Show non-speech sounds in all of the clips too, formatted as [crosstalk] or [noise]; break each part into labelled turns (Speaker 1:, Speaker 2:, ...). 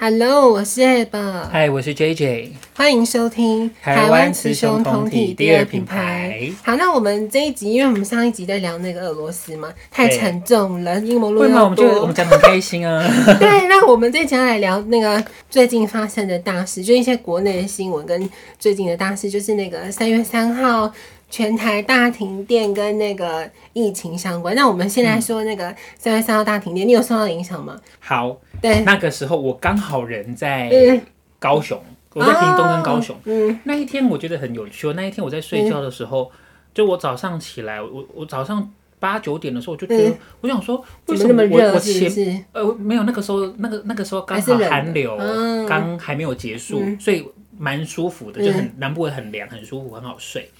Speaker 1: Hello，我是 Ab，
Speaker 2: 嗨，我是 JJ。
Speaker 1: 欢迎收听
Speaker 2: 台湾雌雄同体第二品牌。
Speaker 1: 好，那我们这一集，因为我们上一集在聊那个俄罗斯嘛，太
Speaker 2: 对
Speaker 1: 沉重了，阴谋论
Speaker 2: 为什么我
Speaker 1: 要
Speaker 2: 们就我
Speaker 1: 多
Speaker 2: 们。讲的很开心 [laughs] 啊？
Speaker 1: [laughs] 对，那我们这一集要来聊那个最近发生的大事，就一些国内的新闻跟最近的大事，就是那个三月三号全台大停电跟那个疫情相关。那我们先来说那个三月三号大停电，你有受到影响吗？
Speaker 2: 好，
Speaker 1: 对，
Speaker 2: 那个时候我刚好人在
Speaker 1: 嗯
Speaker 2: 高雄，我在屏东跟高雄。
Speaker 1: 嗯，
Speaker 2: 那一天我觉得很有趣哦。那一天我在睡觉的时候，就我早上起来，我我早上八九点的时候，我就觉得，我想说，为
Speaker 1: 怎
Speaker 2: 什
Speaker 1: 么那么
Speaker 2: 我
Speaker 1: 热？
Speaker 2: 我
Speaker 1: 是不
Speaker 2: 前
Speaker 1: 是？
Speaker 2: 呃没有那个时候那个那个时候刚
Speaker 1: 还是
Speaker 2: 好
Speaker 1: 冷的
Speaker 2: 寒流
Speaker 1: 嗯
Speaker 2: 刚还没有结束，所以蛮舒服的，就
Speaker 1: 嗯
Speaker 2: 很南部很凉，很舒服，很好睡。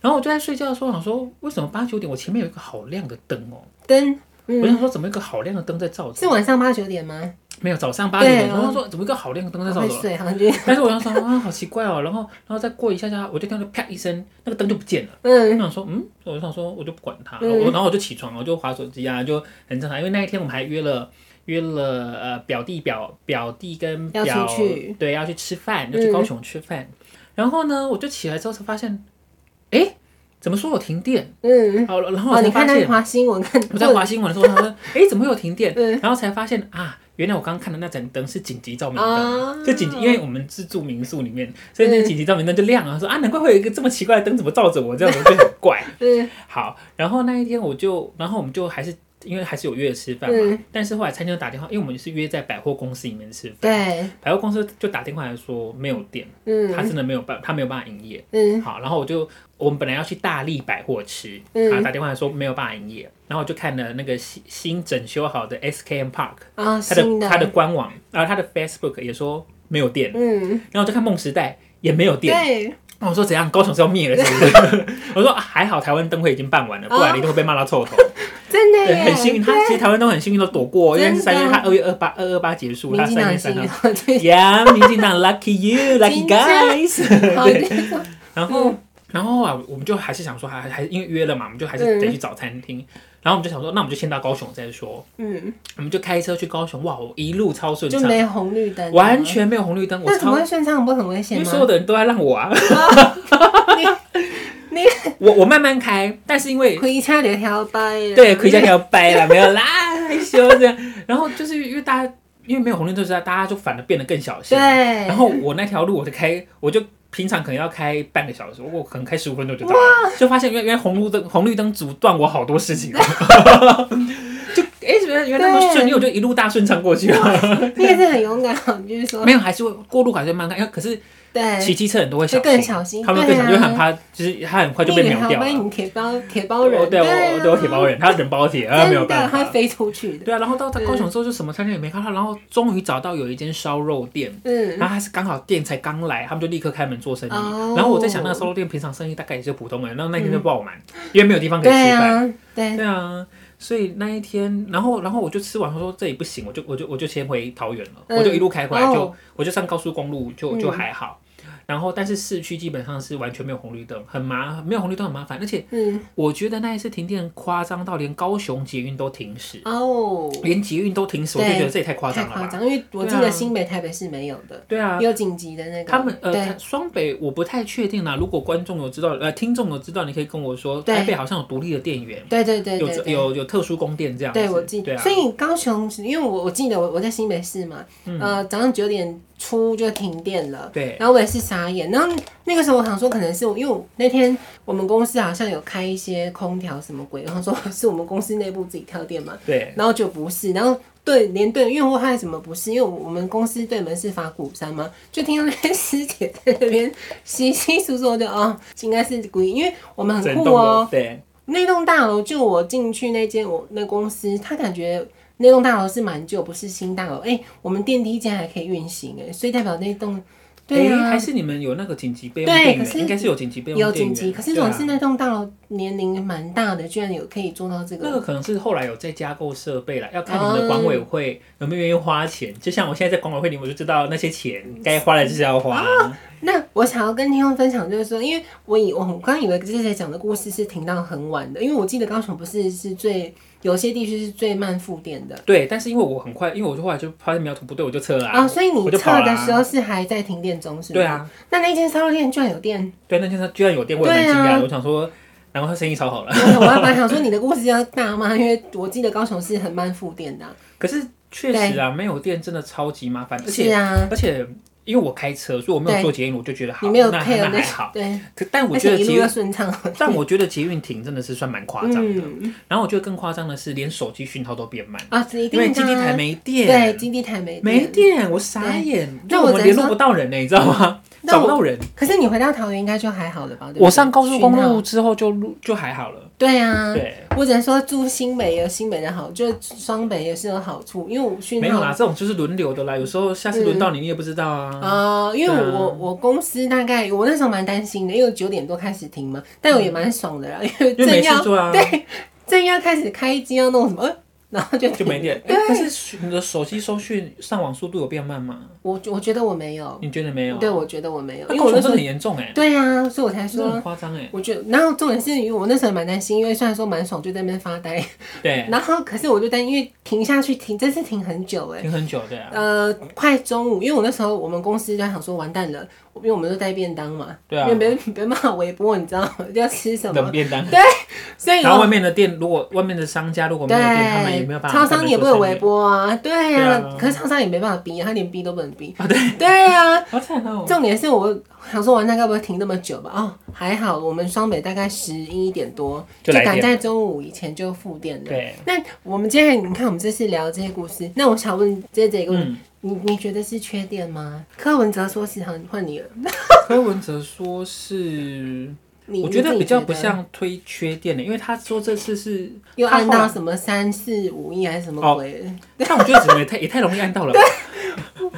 Speaker 2: 然后我就在睡觉的时候想说，为什么八九点我前面有一个好亮的灯哦？
Speaker 1: 灯，嗯
Speaker 2: 我，想说，怎么一个好亮的灯在照着？
Speaker 1: 是晚上八九点吗？
Speaker 2: 没有早上八点，
Speaker 1: 对嗯哦
Speaker 2: 然后说怎么一个好亮的灯在照
Speaker 1: 会
Speaker 2: 着？
Speaker 1: 水，好像就
Speaker 2: 但是我想说啊，好奇怪哦。然后，然后再过一下下，我就看到啪一声，那个灯就不见了。我
Speaker 1: 嗯
Speaker 2: 想说，嗯，我想说，我就不管它，
Speaker 1: 嗯
Speaker 2: 我然后我就起床，我就划手机啊，就很正常。因为那一天我们还约了约了呃表弟表表弟跟
Speaker 1: 要
Speaker 2: 表
Speaker 1: 出去嗯
Speaker 2: 对要去吃饭，要去高雄吃饭。然后呢，我就起来之后才发现，哎，怎么说我停电？
Speaker 1: 嗯。
Speaker 2: 好了，然后我
Speaker 1: 哦，
Speaker 2: 才
Speaker 1: 你看
Speaker 2: 发
Speaker 1: 他
Speaker 2: 现，
Speaker 1: 滑新闻，看
Speaker 2: 我在划新闻的时候，他说，哎，怎么会有停电？
Speaker 1: 嗯
Speaker 2: 然后才发现啊，原来我刚刚看的那盏灯是紧急照明
Speaker 1: 啊
Speaker 2: 灯，就紧急，因为我们是住民宿里面，所
Speaker 1: 嗯
Speaker 2: 以那个紧急照明灯就亮了。说啊，难怪会有一个这么奇怪的灯，怎么照着我？这样我就很怪。
Speaker 1: 嗯
Speaker 2: 好，然后那一天我就，然后我们就还是因为还是有约着吃饭嘛，
Speaker 1: 嗯，
Speaker 2: 但是后来餐厅就打电话，因为我们是约在百货公司里面吃饭，
Speaker 1: 对，
Speaker 2: 百货公司就打电话来说没有电，他
Speaker 1: 嗯
Speaker 2: 真的没有办，他没有办法营业。
Speaker 1: 嗯
Speaker 2: 好，然后我就我们本来要去大力百货吃，
Speaker 1: 嗯
Speaker 2: 然后打电话来说没有办法营业，然后我就看了那个新新整修好的 SKM Park，
Speaker 1: 啊，
Speaker 2: 它的
Speaker 1: 新
Speaker 2: 它的官网，然后它的 Facebook 也说没有电，
Speaker 1: 嗯，
Speaker 2: 然后我就看梦时代也没有电，
Speaker 1: 对，
Speaker 2: 我说怎样，高雄是要灭了是不是？ [laughs] 我说、啊、还好台湾灯会已经办完了，不
Speaker 1: 哦
Speaker 2: 然你都会被骂到臭头。
Speaker 1: 真的
Speaker 2: 对，
Speaker 1: 耶，
Speaker 2: 很幸运，他其实台湾都很幸运都躲过，因为
Speaker 1: 真的
Speaker 2: 三月他二月二八二二八结束，
Speaker 1: 民
Speaker 2: 他
Speaker 1: 进
Speaker 2: 三
Speaker 1: 党
Speaker 2: 月
Speaker 1: 新
Speaker 2: 三号。 [laughs]
Speaker 1: 闻，对，
Speaker 2: Yeah，民进党 lucky
Speaker 1: [laughs]
Speaker 2: you, lucky
Speaker 1: 真的
Speaker 2: guys。 [laughs]
Speaker 1: 好
Speaker 2: 对，
Speaker 1: 的，
Speaker 2: 然后
Speaker 1: 嗯
Speaker 2: 然后啊，我们就还是想说，还还因为约了嘛，我们就还
Speaker 1: 嗯
Speaker 2: 是得去找餐厅。然后我们就想说，那我们就先到高雄再说。
Speaker 1: 嗯，
Speaker 2: 我们就开车去高雄，哇，我一路超顺
Speaker 1: 就
Speaker 2: 畅，
Speaker 1: 没红绿灯，
Speaker 2: 完，全没有红绿灯，我
Speaker 1: 那怎么
Speaker 2: 超
Speaker 1: 会顺畅？不是很危
Speaker 2: 因
Speaker 1: 险
Speaker 2: 为
Speaker 1: 吗
Speaker 2: 所？有的人都在让我啊，
Speaker 1: 哦你
Speaker 2: [laughs] 我我慢慢开，但是因为
Speaker 1: 回家就跳掰了，
Speaker 2: 对，可以叫你要掰了，没有
Speaker 1: [laughs]
Speaker 2: 啦，害羞这样。然后就是因为大家因为没有红绿灯之下，大家就反而变得更小
Speaker 1: 对，
Speaker 2: 心。然后我那条路，我就开，我就平常可能要开半个小时，我可能开十五分钟就到了，就发现原原来红绿灯红绿灯阻断我好多事情哦。就哎，原来原来那么
Speaker 1: 对
Speaker 2: 顺利，我就一路大顺畅过去了。
Speaker 1: 你也是很勇敢，就是说
Speaker 2: 没，有，还是会过路还是会慢开，因为可是
Speaker 1: 对，
Speaker 2: 骑机车人都会小
Speaker 1: 会
Speaker 2: 心，
Speaker 1: 更小心
Speaker 2: 他们更小心，
Speaker 1: 对啊
Speaker 2: 就很怕，就是他很快就被
Speaker 1: 你
Speaker 2: 秒
Speaker 1: 好
Speaker 2: 掉
Speaker 1: 被
Speaker 2: 了。
Speaker 1: 你铁包铁包
Speaker 2: 我对
Speaker 1: 人，
Speaker 2: 我我对我铁包
Speaker 1: 人，
Speaker 2: 人，他人包铁，啊没有
Speaker 1: 真的
Speaker 2: 办
Speaker 1: 他
Speaker 2: 法
Speaker 1: 会。飞出去的，
Speaker 2: 对啊，然后到高雄之后就什么餐厅也没看到，然后终于找到有一间烧肉店，
Speaker 1: 嗯
Speaker 2: 然后他是刚好店才刚来，他们就立刻开门做生意。
Speaker 1: 哦
Speaker 2: 然后我在想，那个烧肉店平常生意大概也是普通人，然后那天就爆满，因为没有地方可以
Speaker 1: 对
Speaker 2: 吃饭。
Speaker 1: 啊，嗯对，
Speaker 2: 对啊，所以那一天，然后然后我就吃完，我说这里不行，我就我就我就先回桃园了，
Speaker 1: 嗯
Speaker 2: 我就一路开回来，
Speaker 1: 哦
Speaker 2: 就我就上高速公路，就
Speaker 1: 嗯
Speaker 2: 就还好。然后，但是市区基本上是完全没有红绿灯，很麻，没有红绿灯很麻烦。而且
Speaker 1: 嗯，
Speaker 2: 我觉得那一次停电夸张到连高雄捷运都停驶，
Speaker 1: 哦，
Speaker 2: 连捷运都停驶，我就
Speaker 1: 对
Speaker 2: 觉得这也太夸
Speaker 1: 太
Speaker 2: 张了
Speaker 1: 夸
Speaker 2: 吧？
Speaker 1: 张，因为我记
Speaker 2: 对
Speaker 1: 得
Speaker 2: 啊
Speaker 1: 新北、台北是没有的，
Speaker 2: 对啊，
Speaker 1: 有紧急的那个。
Speaker 2: 他们
Speaker 1: 对
Speaker 2: 呃，双北我不太确定啦。啊如果观众有知道，呃，听众有知道，你可以跟我说，
Speaker 1: 对
Speaker 2: 台北好像有独立的电源，
Speaker 1: 对对对
Speaker 2: 有
Speaker 1: 对对，
Speaker 2: 有有特殊供电这样子。
Speaker 1: 对我记
Speaker 2: 对
Speaker 1: 得。
Speaker 2: 啊
Speaker 1: 所，以高雄，因为我我记得我我在新北市嘛，呃，早上九点出就停电了。[laughs]
Speaker 2: 嗯对
Speaker 1: 然后我也是傻眼，然后那个时候我想说，可能是我因为我那天我们公司好像有开一些空调什么鬼，然后说是我们公司内部自己跳电嘛，
Speaker 2: 对
Speaker 1: 然后就不是，然后对连对，因为我还有什么不是，因为我们公司对门是法鼓山嘛，就听到那边师姐在那边稀稀疏疏的哦，应该是故意，因为我们很
Speaker 2: 整
Speaker 1: 酷
Speaker 2: 栋
Speaker 1: 哦、
Speaker 2: 的对
Speaker 1: 那栋大楼，就我进去那间我那公司，他感觉那栋大楼是蛮旧，不是新大楼。哎、我们电梯竟然还可以运行、哎，所以代表那栋对
Speaker 2: 诶
Speaker 1: 啊
Speaker 2: 还，是你们有那个紧急备用
Speaker 1: 对
Speaker 2: 电
Speaker 1: 可是
Speaker 2: 源，应该是有紧急备用
Speaker 1: 有
Speaker 2: 电
Speaker 1: 紧
Speaker 2: 源。
Speaker 1: 急，可是
Speaker 2: 对啊
Speaker 1: 总是那栋大楼年龄蛮大的，居然有可以做到这
Speaker 2: 那
Speaker 1: 个
Speaker 2: 个可能是后来有在加购设备啦，要看你们的管委会
Speaker 1: 哦
Speaker 2: 有没有愿意花钱。就像我现在在管委会里，我就知道那些钱该花的就是要花。
Speaker 1: 啊那我想要跟听众分享，就是说，因为我以我我刚以为之前讲的故事是停到很晚的，因为我记得高雄不是是最有些地区是最慢复电的
Speaker 2: 对，但是因为我很快，因为我就后来就发现苗图不对，我就撤了、啊。
Speaker 1: 啊、所以你
Speaker 2: 我就跑
Speaker 1: 测
Speaker 2: 了
Speaker 1: 的
Speaker 2: 啊
Speaker 1: 时候是还在停电中，是吗？
Speaker 2: 对。啊，
Speaker 1: 那那间烧肉店居然有电，
Speaker 2: 对，那天他居然有电，我也蛮惊
Speaker 1: 对
Speaker 2: 讶
Speaker 1: 啊
Speaker 2: 的。我想说，然后他生意超好了。 [laughs]
Speaker 1: 我我要本来想说你的故事要大吗？因为我记得高雄是很慢复电的啊、
Speaker 2: 可是确实啊，没有电真的超级麻烦，而且
Speaker 1: 是啊，
Speaker 2: 而且因为我开车，所以我没有
Speaker 1: 对
Speaker 2: 坐捷运，我就觉得好，
Speaker 1: 你没有
Speaker 2: 那
Speaker 1: care
Speaker 2: 那还
Speaker 1: 那
Speaker 2: 好。
Speaker 1: 对，
Speaker 2: 可但我
Speaker 1: 而且
Speaker 2: 觉得
Speaker 1: 一
Speaker 2: 捷
Speaker 1: 路
Speaker 2: 运
Speaker 1: 要顺畅，
Speaker 2: 但我觉得捷运停真的是算蛮夸张啊的。
Speaker 1: 嗯
Speaker 2: 然后我觉得更夸张的是，连手机讯号都变慢，
Speaker 1: 啊，这一
Speaker 2: 因
Speaker 1: 定
Speaker 2: 为基地
Speaker 1: 的啊
Speaker 2: 台没电，
Speaker 1: 对，基地台没
Speaker 2: 没电，我傻
Speaker 1: 对
Speaker 2: 眼，
Speaker 1: 那
Speaker 2: 就
Speaker 1: 我只
Speaker 2: 我们
Speaker 1: 能
Speaker 2: 联
Speaker 1: 说
Speaker 2: 络不到人呢，你知道吗？
Speaker 1: 那
Speaker 2: 找不
Speaker 1: 我
Speaker 2: 到人。
Speaker 1: 可是你回到桃园应该就还好了吧？对不对
Speaker 2: 我上高速公
Speaker 1: 讯
Speaker 2: 路
Speaker 1: 号
Speaker 2: 之后就路就还好了，
Speaker 1: 对啊，
Speaker 2: 对，
Speaker 1: 我只能说住新北有新北的好，就双北也是有好处，因为我讯
Speaker 2: 没有
Speaker 1: 号
Speaker 2: 啦，这种就是轮流的啦，有时候下次轮到你，你也不知道啊。
Speaker 1: 嗯啊、因为
Speaker 2: 对啊
Speaker 1: 我我公司大概我那时候蛮担心的，因为我九点多开始停嘛，但我也蛮爽的啦，因为
Speaker 2: 因
Speaker 1: 正
Speaker 2: 为没事
Speaker 1: 要
Speaker 2: 做啊，
Speaker 1: 对正要开始开机要弄什么， [laughs] 呃然后就
Speaker 2: 就没电。哎
Speaker 1: 对，
Speaker 2: 可是你的手机收讯上网速度有变慢吗？
Speaker 1: 我我觉得我没有，
Speaker 2: 你觉得没有？
Speaker 1: 哦对，我觉得我没有，
Speaker 2: 那
Speaker 1: 因为我
Speaker 2: 高
Speaker 1: 那时
Speaker 2: 雄真
Speaker 1: 候
Speaker 2: 的很严重哎，
Speaker 1: 对啊，所以我才
Speaker 2: 真的很
Speaker 1: 说。
Speaker 2: 夸张哎。
Speaker 1: 我觉得，然后重点是因为我那时候也蛮担心，因为虽然说蛮爽，就在那边发呆，
Speaker 2: 对，
Speaker 1: 然后可是我就担心，因为停下去停，这次停很久哎、
Speaker 2: 停很久的啊。
Speaker 1: 呃，快中午，因为我那时候我们公司就在想说完蛋了，因为我们都带便当嘛，
Speaker 2: 对啊
Speaker 1: 因为别人别人骂微波，你知道吗？要吃什
Speaker 2: 冷
Speaker 1: 么？
Speaker 2: 便当，
Speaker 1: 所以
Speaker 2: 然后外
Speaker 1: 我
Speaker 2: 面的店，如果外面的商家如果没有电，他们也没有
Speaker 1: 对，
Speaker 2: 办法。
Speaker 1: 超商也不能微。波啊，对呀、
Speaker 2: 对啊
Speaker 1: 可是超商也没办法逼啊，他连逼都不能逼
Speaker 2: 啊对
Speaker 1: 对呀、
Speaker 2: 好惨哦！
Speaker 1: 重点是我想说完蛋，该不会停那么久吧？哦，还好我们双北大概十一点多
Speaker 2: 就来
Speaker 1: 赶
Speaker 2: 电
Speaker 1: 在中午以前就复电了。
Speaker 2: 对，
Speaker 1: 那我们今天你看，我们这次聊这些故事，那我想问这这个问题，
Speaker 2: 嗯，
Speaker 1: 你你觉得是缺点吗？柯文哲说是好，换你了。
Speaker 2: 柯文哲说是，
Speaker 1: 你
Speaker 2: 我觉
Speaker 1: 你自
Speaker 2: 得
Speaker 1: 己
Speaker 2: 比较不像推缺电的，因为他说这次是
Speaker 1: 又按
Speaker 2: 他后
Speaker 1: 到
Speaker 2: 来
Speaker 1: 什么三四五亿还是什么鬼？
Speaker 2: 但我觉得怎么也太也太容易按到了吧，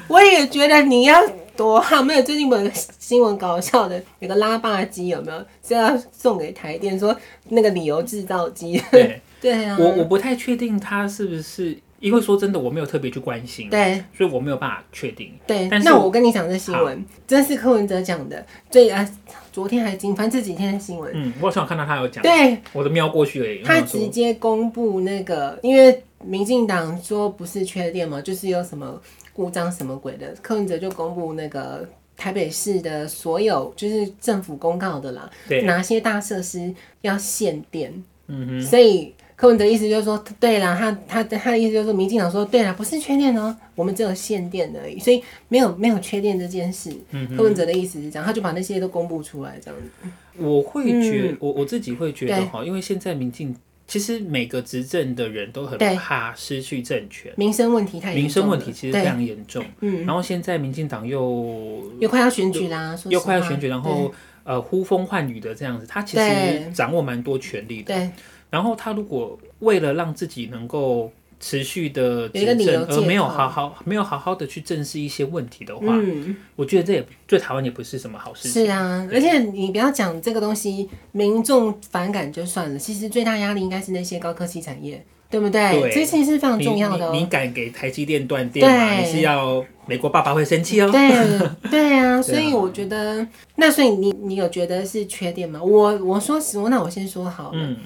Speaker 1: 我也觉得你要多好，没有最近有个新闻搞笑的，有个拉霸机有没有是要送给台电说那个旅游制造机？
Speaker 2: [laughs] 对。
Speaker 1: [laughs] 对啊，
Speaker 2: 我我不太确定他是不是，因为说真的，我没有特别去关心，
Speaker 1: 对。
Speaker 2: 所以我没有办法确定。
Speaker 1: 对，
Speaker 2: 但是
Speaker 1: 那
Speaker 2: 我
Speaker 1: 我跟你讲这新闻，这是柯文哲讲的，最啊，昨天还今反正这几天的新闻，
Speaker 2: 嗯，我好像有看到他有讲，
Speaker 1: 对，
Speaker 2: 我都瞄过去而已。
Speaker 1: 他
Speaker 2: 我想说
Speaker 1: 直接公布那个，因为民进党说不是缺电嘛，就是有什么故障什么鬼的，柯文哲就公布那个台北市的所有就是政府公告的啦，
Speaker 2: 对，
Speaker 1: 哪些大设施要限电，
Speaker 2: 嗯
Speaker 1: 所以。柯文哲意思就是说，对啦，他他他的意思就是说，民进党说，对啦，不是缺电哦，我们只有限电而已，所以没有没有缺电这件事。
Speaker 2: 嗯
Speaker 1: 柯文哲的意思是这样，他就把那些都公布出来，这样子。
Speaker 2: 哼，我会觉
Speaker 1: 嗯
Speaker 2: 我我自己会觉
Speaker 1: 对
Speaker 2: 得哈，因为现在民进其实每个执政的人都很
Speaker 1: 对
Speaker 2: 怕失去政权，
Speaker 1: 民生问题太严
Speaker 2: 民生
Speaker 1: 重
Speaker 2: 问
Speaker 1: 了
Speaker 2: 题其实非
Speaker 1: 对，
Speaker 2: 常严重。
Speaker 1: 嗯，
Speaker 2: 然后现在民进党又
Speaker 1: 又快要选举啦，说
Speaker 2: 又
Speaker 1: 实
Speaker 2: 快要
Speaker 1: 话
Speaker 2: 选举，然后呃呼风唤雨的这样子，他其
Speaker 1: 对
Speaker 2: 实掌握蛮多权力的。
Speaker 1: 对
Speaker 2: 然后他如果为了让自己能够持续的
Speaker 1: 有一个
Speaker 2: 执
Speaker 1: 理由
Speaker 2: 政，
Speaker 1: 借
Speaker 2: 而
Speaker 1: 口
Speaker 2: 呃没有好好没有好好的去正视一些问题的话，
Speaker 1: 嗯，
Speaker 2: 我觉得这也对台湾也不是什么好事情。
Speaker 1: 是啊，而且你不要讲这个东西，民众反感就算了，其实最大压力应该是那些高科技产业，对不对？
Speaker 2: 对
Speaker 1: 这其实是非常
Speaker 2: 你
Speaker 1: 重要的
Speaker 2: 你，你
Speaker 1: 哦。
Speaker 2: 敢给台积电断电吗？
Speaker 1: 对
Speaker 2: 你是要美国爸爸会生气哦。 [laughs]
Speaker 1: 对对啊，所以我觉得，那所以你你有觉得是缺点吗？我我说实话，那我先说好了。
Speaker 2: 嗯，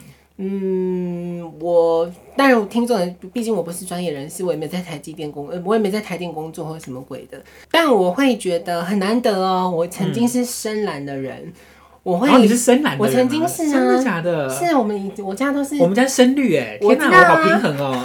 Speaker 1: 嗯，我当然我听众人，毕竟我不是专业人士，我也没在台积电工，呃，我也没在台电工作或什么鬼的，但我会觉得很难得哦。我曾经是深蓝的人，我会
Speaker 2: 然后哦你是深蓝的人吗，
Speaker 1: 我曾经是啊
Speaker 2: 真的假的？
Speaker 1: 是我们以我家都是
Speaker 2: 我们家深绿哎，
Speaker 1: 我
Speaker 2: 天
Speaker 1: 知
Speaker 2: 哪，
Speaker 1: 道
Speaker 2: 我
Speaker 1: 啊
Speaker 2: 好平衡哦。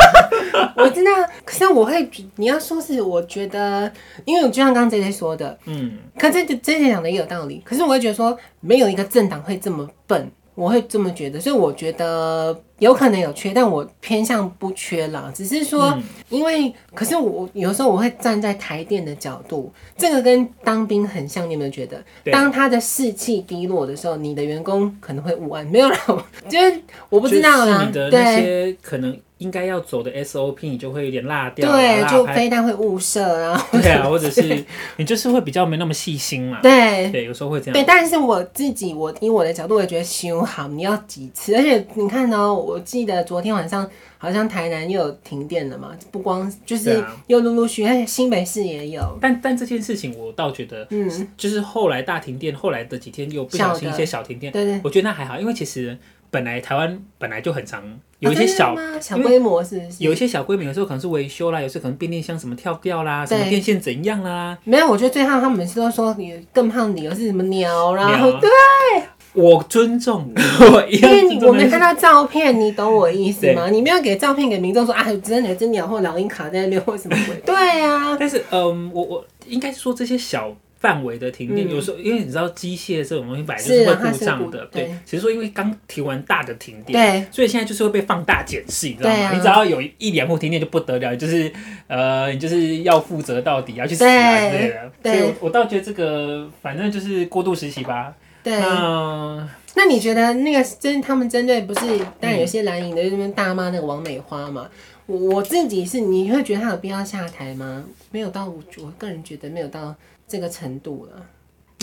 Speaker 1: 我知道，可是我会觉，你要说是我觉得，因为我就像刚刚 J J 说的，
Speaker 2: 嗯，
Speaker 1: 可这 J J 讲的也有道理，可是我会觉得说，没有一个政党会这么笨，我会这么觉得，所以我觉得有可能有缺，但我偏向不缺啦，只是说，
Speaker 2: 嗯
Speaker 1: 因为可是我有时候我会站在台电的角度，这个跟当兵很像，你有没有觉得？
Speaker 2: 对
Speaker 1: 当他的士气低落的时候，你的员工可能会误案，没有啦，我就是我不知道
Speaker 2: 就是
Speaker 1: 啦，
Speaker 2: 你的那
Speaker 1: 对。
Speaker 2: 些可能应该要走的 SOP，你就会有点落掉，啊
Speaker 1: 对，
Speaker 2: 落
Speaker 1: 就
Speaker 2: 拍
Speaker 1: 飞弹会误射，然后
Speaker 2: [laughs] 对啊，或者是你就是会比较没那么细心嘛。
Speaker 1: 对。
Speaker 2: 对，有时候会这
Speaker 1: 对，
Speaker 2: 样。
Speaker 1: 但是我自己，我以我的角度，我也觉得修好你要几次，而且你看呢、我记得昨天晚上好像台南又有停电了嘛，不光就
Speaker 2: 对
Speaker 1: 是
Speaker 2: 啊
Speaker 1: 又陆陆续，而且新北市也有，
Speaker 2: 但但这件事情，我倒觉得，
Speaker 1: 嗯，
Speaker 2: 就是后来大停电，后来的几天又不小心一些小停
Speaker 1: 对
Speaker 2: 电，
Speaker 1: 对，
Speaker 2: 我觉得那还好，因为其实本来台湾本来就很常有
Speaker 1: 哦
Speaker 2: 一些
Speaker 1: 真的
Speaker 2: 小
Speaker 1: 吗小
Speaker 2: 因为
Speaker 1: 规模是不是？
Speaker 2: 有一些小规模，有时候可能是维修啦，有时候可能变电箱什么跳掉啦，什么
Speaker 1: 对
Speaker 2: 电线怎样啦。
Speaker 1: 没有，我觉得最怕他们每次都说你更胖的理由是什么鸟，啊然
Speaker 2: [laughs]
Speaker 1: 后
Speaker 2: 鸟啊我尊重， [laughs] 我一
Speaker 1: 因
Speaker 2: 样
Speaker 1: 为
Speaker 2: 尊
Speaker 1: 你
Speaker 2: 重
Speaker 1: 我没
Speaker 2: 那
Speaker 1: 看
Speaker 2: 个。
Speaker 1: 到照片，你懂我意思吗？你没有给照片给民众说啊，真的有只鸟或老鹰卡在那边或什么
Speaker 2: [laughs]
Speaker 1: 鬼？对 [laughs] 啊，
Speaker 2: 但是，嗯，我我应该说这些小范围的停电，
Speaker 1: 嗯
Speaker 2: 有时候因为你知道机械这种东西本来就是是会
Speaker 1: 啊它
Speaker 2: 故
Speaker 1: 是
Speaker 2: 障
Speaker 1: 故
Speaker 2: 的，
Speaker 1: 对
Speaker 2: 对。只是说因为刚停完大的停电，
Speaker 1: 对，
Speaker 2: 所以现在就是会被放大检视，你知道
Speaker 1: 对
Speaker 2: 吗？
Speaker 1: 啊
Speaker 2: 你只要有一两户停电就不得了，就是呃，你就是要负责到底，要去死啊之
Speaker 1: 对
Speaker 2: 类的。所
Speaker 1: 对
Speaker 2: 以我我倒觉得这个反正就是过渡时期吧。
Speaker 1: 对。
Speaker 2: 那
Speaker 1: 那你觉得那个针他们针对不是，当然有些蓝营的就那边大骂那个王美花嘛？我我自己是，你会觉得他有必要下台吗？没有到，我我个人觉得没有到这个程度了。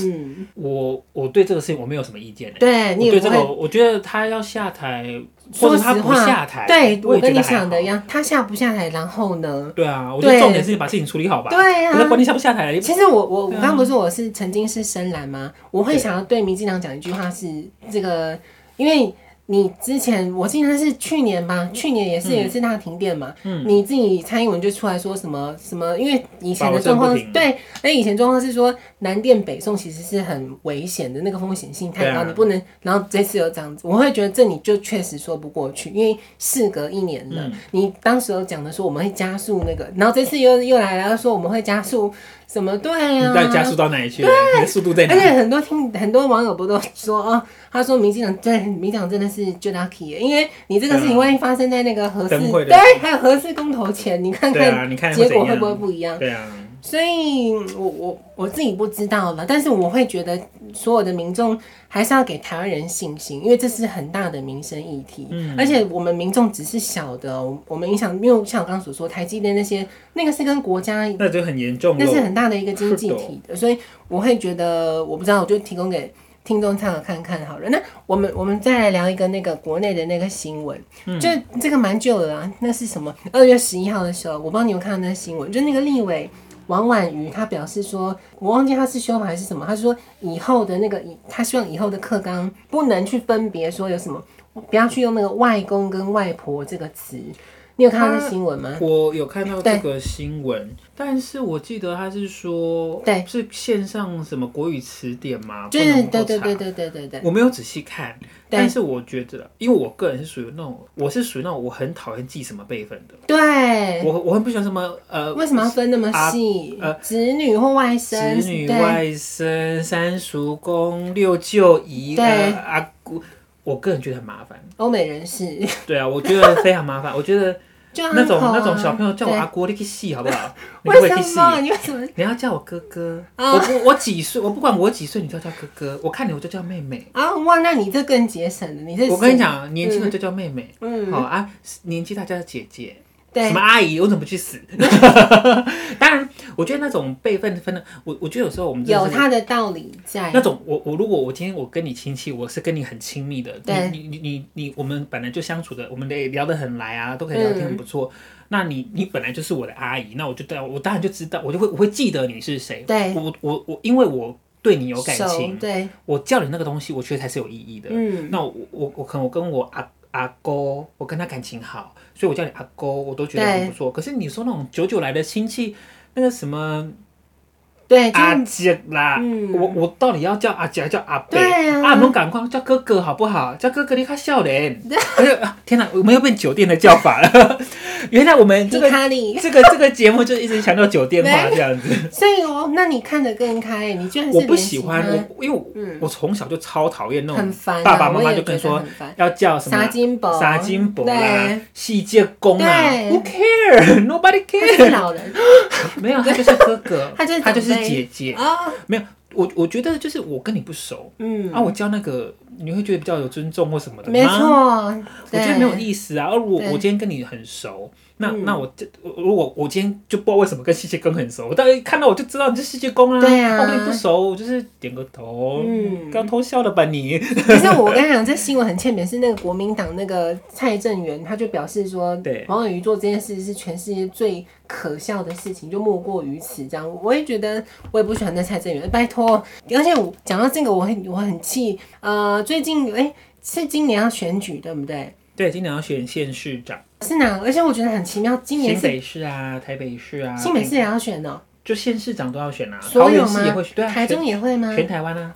Speaker 1: 嗯，
Speaker 2: 我我对这个事情我没有什么意见、欸。
Speaker 1: 对你
Speaker 2: 我
Speaker 1: 也
Speaker 2: 对
Speaker 1: 不
Speaker 2: 这
Speaker 1: 会
Speaker 2: 个，我觉得他要下台，
Speaker 1: 说
Speaker 2: 或者
Speaker 1: 实
Speaker 2: 他不
Speaker 1: 话
Speaker 2: 下台，
Speaker 1: 对
Speaker 2: 我
Speaker 1: 我
Speaker 2: 也
Speaker 1: 跟你
Speaker 2: 觉得还
Speaker 1: 想的一
Speaker 2: 好。
Speaker 1: 样，他下不下台，然后呢？
Speaker 2: 对啊，我觉得
Speaker 1: 对
Speaker 2: 重点是把事情处理好吧。
Speaker 1: 对啊
Speaker 2: 我，在管你下不下台，
Speaker 1: 其实我我我
Speaker 2: 对啊
Speaker 1: 刚刚不是说我是曾经是深蓝吗？我会
Speaker 2: 对
Speaker 1: 想要对民进党讲一句话是这个，因为你之前我记得是去年吧，去年也是
Speaker 2: 嗯
Speaker 1: 有一次大停电嘛，
Speaker 2: 嗯
Speaker 1: 你自己蔡英文就出来说什么什么，因为以前的
Speaker 2: 保证
Speaker 1: 状况
Speaker 2: 不停
Speaker 1: 对，那以前状况是说南电北送其实是很危险的，那个风险性太
Speaker 2: 对
Speaker 1: 高，
Speaker 2: 啊
Speaker 1: 你不能。然后这次有这样子，我会觉得这你就确实说不过去，因为事隔一年了，
Speaker 2: 嗯
Speaker 1: 你当时有讲的说我们会加速那个，然后这次又又来了说我们会加速什么？对
Speaker 2: 你
Speaker 1: 呀、
Speaker 2: 到底加速到哪里去了？你的速度在哪
Speaker 1: 啊而且
Speaker 2: 里？
Speaker 1: 很多听很多网友不都说哦，他说民进党对民进党真的是最 lucky，耶因为你这个事情
Speaker 2: 对啊
Speaker 1: 万一发生在那个合适
Speaker 2: 灯会的
Speaker 1: 对，还有合适公投前，你看
Speaker 2: 对
Speaker 1: 看、
Speaker 2: 啊，你看
Speaker 1: 结
Speaker 2: 怎
Speaker 1: 果
Speaker 2: 样？
Speaker 1: 会不会不一样？
Speaker 2: 对啊，
Speaker 1: 所以我我我自己不知道了，但是我会觉得所有的民众还是要给台湾人信心，因为这是很大的民生议题，
Speaker 2: 嗯
Speaker 1: 而且我们民众只是小的哦，我们影响，因为像我刚刚所说，台积电那些那个是跟国家
Speaker 2: 那就很严重
Speaker 1: 那是
Speaker 2: 了。
Speaker 1: 很大的一个经济
Speaker 2: 是的
Speaker 1: 体的，所以我会觉得，我不知道，我就提供给听众参考看看好了。那我们我们再来聊一个那个国内的那个新闻，
Speaker 2: 嗯
Speaker 1: 就这个蛮久了、啊，那是什么？二月十一号的时候，我不知道你有没有看到那个新闻，就那个立委。王婉瑜她表示说，我忘记她是修法还是什么，她说以后的那个，她希望以后的课纲不能去分别说有什么，不要去用那个外公跟外婆这个词。你有看到那
Speaker 2: 她
Speaker 1: 新闻吗？
Speaker 2: 我有看到这个新闻，但是我记得他是说，
Speaker 1: 对，
Speaker 2: 是线上什么国语词典嘛，
Speaker 1: 就
Speaker 2: 不
Speaker 1: 是
Speaker 2: 能够
Speaker 1: 对对
Speaker 2: 查
Speaker 1: 对对对对对，
Speaker 2: 我没有仔细看，但
Speaker 1: 对
Speaker 2: 是我觉得，因为我个人是属于那种，我是属于那种我很讨厌记什么辈分的，
Speaker 1: 对，
Speaker 2: 我我很不喜欢什么呃
Speaker 1: 为什么要分那么细？
Speaker 2: 啊
Speaker 1: 子女或外
Speaker 2: 子
Speaker 1: 甥，
Speaker 2: 女、
Speaker 1: 对
Speaker 2: 外甥、三叔公、六舅姨、
Speaker 1: 对
Speaker 2: 呃、阿姑，我个人觉得很麻烦。
Speaker 1: 欧美人士， [laughs]
Speaker 2: 对啊，我觉得非常麻烦。我觉得
Speaker 1: 就很
Speaker 2: 那种
Speaker 1: 好啊
Speaker 2: 那种小朋友叫我
Speaker 1: 对
Speaker 2: 阿姑，你去戏好不好？你可不可
Speaker 1: 为
Speaker 2: 以去
Speaker 1: 什
Speaker 2: 戏？
Speaker 1: 么？你为什么？
Speaker 2: 你要叫我哥哥，
Speaker 1: 啊
Speaker 2: 我不我几岁，我不管我几岁，你都要叫哥哥。我看你我就叫妹妹。
Speaker 1: 啊，哇，那你这更节省了，你这
Speaker 2: 我跟你，讲，年轻人就叫妹妹，
Speaker 1: 嗯，
Speaker 2: 好、啊，年纪大叫姐姐，
Speaker 1: 对
Speaker 2: 什么阿姨，我怎么不去死？ [laughs] 当然，我觉得那种辈分分的，我我觉得有时候我们真的
Speaker 1: 有
Speaker 2: 是
Speaker 1: 他的道理在
Speaker 2: 那，种我我如果我今天我跟你亲戚，我是跟你很亲密的，
Speaker 1: 对
Speaker 2: 你你你你你我们本来就相处的，我们得聊得很来啊，都可以聊天
Speaker 1: 嗯
Speaker 2: 很不错。那你你本来就是我的阿姨，那我就对我当然就知道，我就会我会记得你是谁。
Speaker 1: 对
Speaker 2: 我我我因为我对你有感
Speaker 1: 手
Speaker 2: 情，
Speaker 1: 对，
Speaker 2: 我叫你那个东西，我觉得才是有意义的。
Speaker 1: 嗯，
Speaker 2: 那我我我可能我跟我阿阿公，我跟他感情好，所以我叫你阿公，我都觉得很不错。可是你说那种久久来的亲戚，那个什么
Speaker 1: 对，就
Speaker 2: 阿
Speaker 1: 是
Speaker 2: 姐啦，
Speaker 1: 嗯
Speaker 2: 我我到底要叫阿姐还是叫阿伯？
Speaker 1: 对啊
Speaker 2: 阿侬赶快叫哥哥好不好？叫哥哥你看笑脸。 [laughs] 哎呦啊天哪，我们又变酒店的叫法了。 [laughs] 原来我们这
Speaker 1: 皮
Speaker 2: 个
Speaker 1: 卡里，
Speaker 2: [laughs] 这个这个节目就一直强调酒店
Speaker 1: [laughs]
Speaker 2: 化这样子。
Speaker 1: 所以哦，那你看得更开，你居然是
Speaker 2: 我不
Speaker 1: 连其
Speaker 2: 喜欢
Speaker 1: 他
Speaker 2: 我，因为我
Speaker 1: 嗯
Speaker 2: 我从小就超讨厌那
Speaker 1: 很
Speaker 2: 种
Speaker 1: 烦啊，
Speaker 2: 爸爸妈
Speaker 1: 我
Speaker 2: 妈
Speaker 1: 也
Speaker 2: 就跟你
Speaker 1: 觉得
Speaker 2: 说
Speaker 1: 很烦，
Speaker 2: 要叫什么
Speaker 1: 撒金箔，
Speaker 2: 撒金啊箔啦
Speaker 1: 对，
Speaker 2: 细节工啊
Speaker 1: 对
Speaker 2: ，Who care? [laughs] Nobody
Speaker 1: 他是
Speaker 2: care。
Speaker 1: 老人
Speaker 2: [laughs] 没有，他就是哥哥
Speaker 1: [laughs] ，他就是
Speaker 2: 他就是
Speaker 1: 长辈
Speaker 2: 姐姐。
Speaker 1: 啊，
Speaker 2: 没有，我我觉得就是我跟你不熟，
Speaker 1: 嗯
Speaker 2: 啊，我叫那个你会觉得比较有尊重或什么的吗？
Speaker 1: 没错，
Speaker 2: 我觉得
Speaker 1: 对
Speaker 2: 没有意思啊。而我
Speaker 1: 对
Speaker 2: 我今天跟你很熟，那
Speaker 1: 嗯
Speaker 2: 那我这我如果我今天就不知道为什么跟世界公很熟，我大概一看到我就知道你是世界公啊。
Speaker 1: 对啊
Speaker 2: 我跟你不熟，我就是点个头，
Speaker 1: 嗯
Speaker 2: 刚偷笑了吧
Speaker 1: [laughs]
Speaker 2: 你？ [laughs]
Speaker 1: 可是我跟你讲，这新闻很欠扁，是那个国民党那个蔡正元，他就表示说，
Speaker 2: 对
Speaker 1: 黄友瑜做这件事是全世界最可笑的事情，就莫过于此。这样，我也觉得我也不喜欢那蔡正元，拜托。而且我讲到这个，我很我很气。呃，最近哎、是今年要选举对不对？
Speaker 2: 对，今年要选县市长，
Speaker 1: 是哪？而且我觉得很奇妙，今年
Speaker 2: 新
Speaker 1: 是
Speaker 2: 北市啊，台北市啊，
Speaker 1: 新北市也要选哦、
Speaker 2: 就县市长都要选啊，
Speaker 1: 所
Speaker 2: 桃
Speaker 1: 有
Speaker 2: 园市也会
Speaker 1: 吗
Speaker 2: 选，对？啊，
Speaker 1: 台中
Speaker 2: 全
Speaker 1: 也会吗？
Speaker 2: 全台湾啊，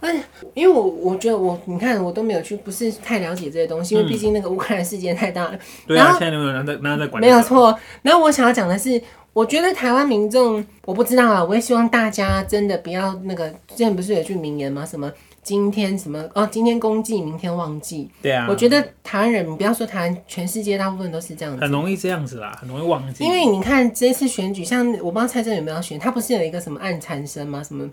Speaker 1: 因为我我觉得我你看我都没有去，不是太了解这些东西，因
Speaker 2: 嗯
Speaker 1: 为毕竟那个乌克兰事件太大了。
Speaker 2: 对
Speaker 1: 然
Speaker 2: 啊，
Speaker 1: 后
Speaker 2: 现在没有人在没有人在管，
Speaker 1: 没有，错。然后我想要讲的是，我觉得台湾民众，我不知道啊，我也希望大家真的不要那个，之前不是有一句名言吗？什么今天什么哦，今天公祭，明天忘记。
Speaker 2: 对啊，
Speaker 1: 我觉得台湾人，你不要说台湾，全世界大部分都是这样子。
Speaker 2: 很容易这样子啦，很容易忘记，
Speaker 1: 因为你看这次选举，像我不知道蔡政有没有选，他不是有一个什么案缠身吗？什么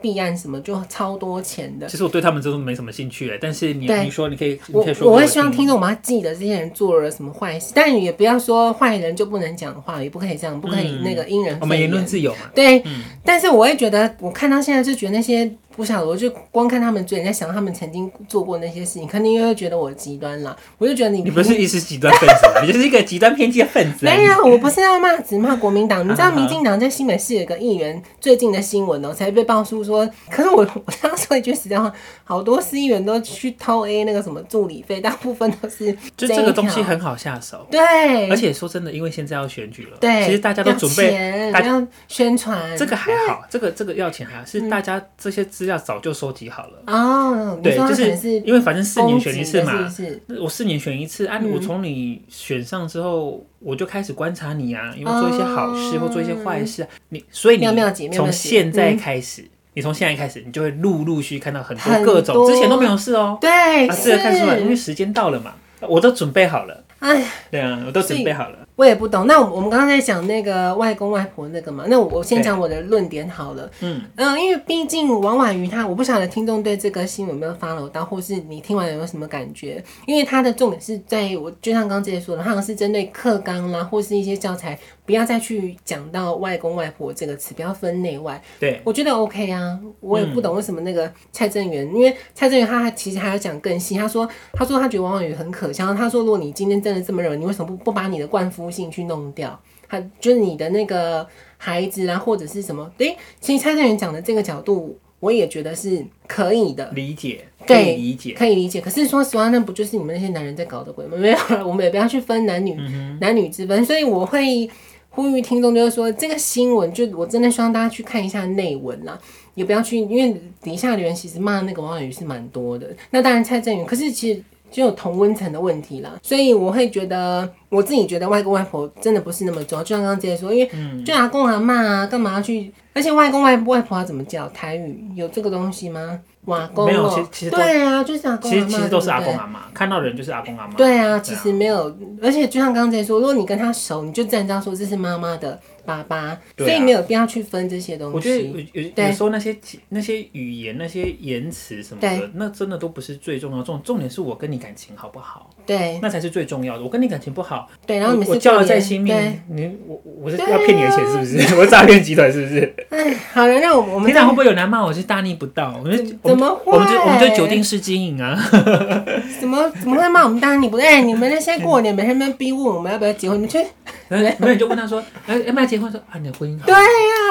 Speaker 1: 弊案什么，就超多钱的。
Speaker 2: 其实我对他们真的没什么兴趣哎，但是你
Speaker 1: 对
Speaker 2: 你说你可以，你
Speaker 1: 我
Speaker 2: 可以说嗯
Speaker 1: 我
Speaker 2: 给
Speaker 1: 会希望
Speaker 2: 听
Speaker 1: 听众我们要记得这些人做了什么坏事，但也不要说坏人就不能讲话，也不可以这样，不可以
Speaker 2: 嗯
Speaker 1: 那个因人
Speaker 2: 我们
Speaker 1: 废言。
Speaker 2: 言论自由嘛，
Speaker 1: 对，但是我也觉得，我看到现在就觉得那些不晓得，我就光看他们嘴，在想他们曾经做过那些事情，肯定又会觉得我极端了。我就觉得你
Speaker 2: 你不是一时极端分子啊，你就是一个极端偏激的分子啊。
Speaker 1: 没
Speaker 2: 你
Speaker 1: 有，我不是要骂，只骂国民党。你知道
Speaker 2: 啊
Speaker 1: 民进党在新北市有个议员最近的新闻哦、才被爆出说，可是我我刚刚说一句实在话，好多市议员都去偷 A 那个什么助理费，大部分都是
Speaker 2: [laughs] 就
Speaker 1: 一
Speaker 2: 这个东西
Speaker 1: 条
Speaker 2: 很好下手，
Speaker 1: 对，
Speaker 2: 而且说真的，因为现在要选举了，
Speaker 1: 对，
Speaker 2: 其实大家都准
Speaker 1: 要
Speaker 2: 备。
Speaker 1: 钱
Speaker 2: 大
Speaker 1: 要宣传
Speaker 2: 这个还好，这个这个要钱还好，是
Speaker 1: 嗯
Speaker 2: 大家这些资料早就收集好了。
Speaker 1: 哦，你
Speaker 2: 对，
Speaker 1: 说他
Speaker 2: 就
Speaker 1: 可
Speaker 2: 是
Speaker 1: 能是
Speaker 2: 因为反正四年选一次
Speaker 1: 攻击的
Speaker 2: 嘛，
Speaker 1: 是不是？
Speaker 2: 我四年选一次啊，
Speaker 1: 嗯
Speaker 2: 我从你选上之后，我就开始观察你啊，有没有做一些好事
Speaker 1: 哦
Speaker 2: 或做一些坏事啊，你所以你
Speaker 1: 妙妙姐妙妙姐
Speaker 2: 从
Speaker 1: 嗯
Speaker 2: 现在开始，你从现在开始，你就会陆陆续看到很多
Speaker 1: 很
Speaker 2: 各种，
Speaker 1: 多
Speaker 2: 之前都没有事哦，
Speaker 1: 对，
Speaker 2: 啊，这
Speaker 1: 是
Speaker 2: 个看出来，因为时间到了嘛，我都准备好了。
Speaker 1: 哎，
Speaker 2: 对啊，我都准备好了。
Speaker 1: 我也不懂。那我我们刚刚在讲那个外公外婆那个嘛，那我我先讲我的论点好了。
Speaker 2: 嗯
Speaker 1: 嗯，因为毕竟王婉瑜她，我不晓得听众对这个新闻有没有 follow 到，或是你听完有没有什么感觉？因为她的重点是在我，就像刚刚姐姐说的，她好像是针对课纲啦，或是一些教材，不要再去讲到外公外婆这个词，不要分内外。
Speaker 2: 对，嗯
Speaker 1: 我觉得 OK 啊，我也不懂为什么那个蔡正元，因为蔡正元他还其实还要讲更细，他说他说他觉得王婉瑜很可笑，他说如果你今天真的这么热，你为什么不不把你的冠夫姓去弄掉？他就是你的那个孩子啊，或者是什么？诶，其实蔡正元讲的这个角度，我也觉得是可以的。
Speaker 2: 理解，可
Speaker 1: 对
Speaker 2: 以理解。
Speaker 1: 可以理解。可是说实话，那不就是你们那些男人在搞的鬼吗？没有了，我们也不要去分男女、
Speaker 2: 嗯
Speaker 1: 男女之分。所以我会呼吁听众，就是说这个新闻，就我真的希望大家去看一下内文啦，也不要去，因为底下留言其实骂那个王婉瑜是蛮多的。那当然蔡正元，可是其实。就有同温层的问题啦，所以我会觉得，我自己觉得外公外婆真的不是那么重要。就像刚刚姐姐说，因为
Speaker 2: 嗯
Speaker 1: 就阿公阿妈啊，干嘛要去？而且外公外外婆要怎么叫台语？有这个东西吗？瓦公、哦
Speaker 2: 没有其实其实都
Speaker 1: 对啊，就是阿公阿
Speaker 2: 其
Speaker 1: 嬷
Speaker 2: 实其实都是阿
Speaker 1: 对
Speaker 2: 公
Speaker 1: 不对
Speaker 2: 阿妈，看到人就是阿公阿妈。
Speaker 1: 对啊，其实没有，而且就像刚才说，如果你跟他熟，你就自然知道说这是妈妈的爸爸，
Speaker 2: 对
Speaker 1: 所
Speaker 2: 啊
Speaker 1: 以没有必要去分这些东西。
Speaker 2: 我觉得有有
Speaker 1: 对
Speaker 2: 有时候那些那些语言、那些言辞什么的
Speaker 1: 对，
Speaker 2: 那真的都不是最重要，重重点是我跟你感情好不好，
Speaker 1: 对
Speaker 2: 那才是最重要的。我跟你感情不好，
Speaker 1: 对，然后你们
Speaker 2: 我我
Speaker 1: 是
Speaker 2: 叫了
Speaker 1: 过年
Speaker 2: 在心
Speaker 1: 对，
Speaker 2: 面，你我我我是
Speaker 1: 对啊
Speaker 2: 要骗你的钱是不是？ [laughs] 我是诈骗集团是不是？
Speaker 1: 哎，好了，那我们我们
Speaker 2: 平常会不会有人骂我是大逆不道？我们就我
Speaker 1: 怎
Speaker 2: 们
Speaker 1: 么
Speaker 2: 就
Speaker 1: 会
Speaker 2: 我们就我们就酒店式经
Speaker 1: [laughs]
Speaker 2: 营啊。
Speaker 1: 怎么怎么会骂我们大逆不道？哎，你们那些过年每天在那边逼问我们要不要结婚，你们去
Speaker 2: 然后没有你就问他说，哎，要不要结婚？说啊，你的婚姻好
Speaker 1: 对呀、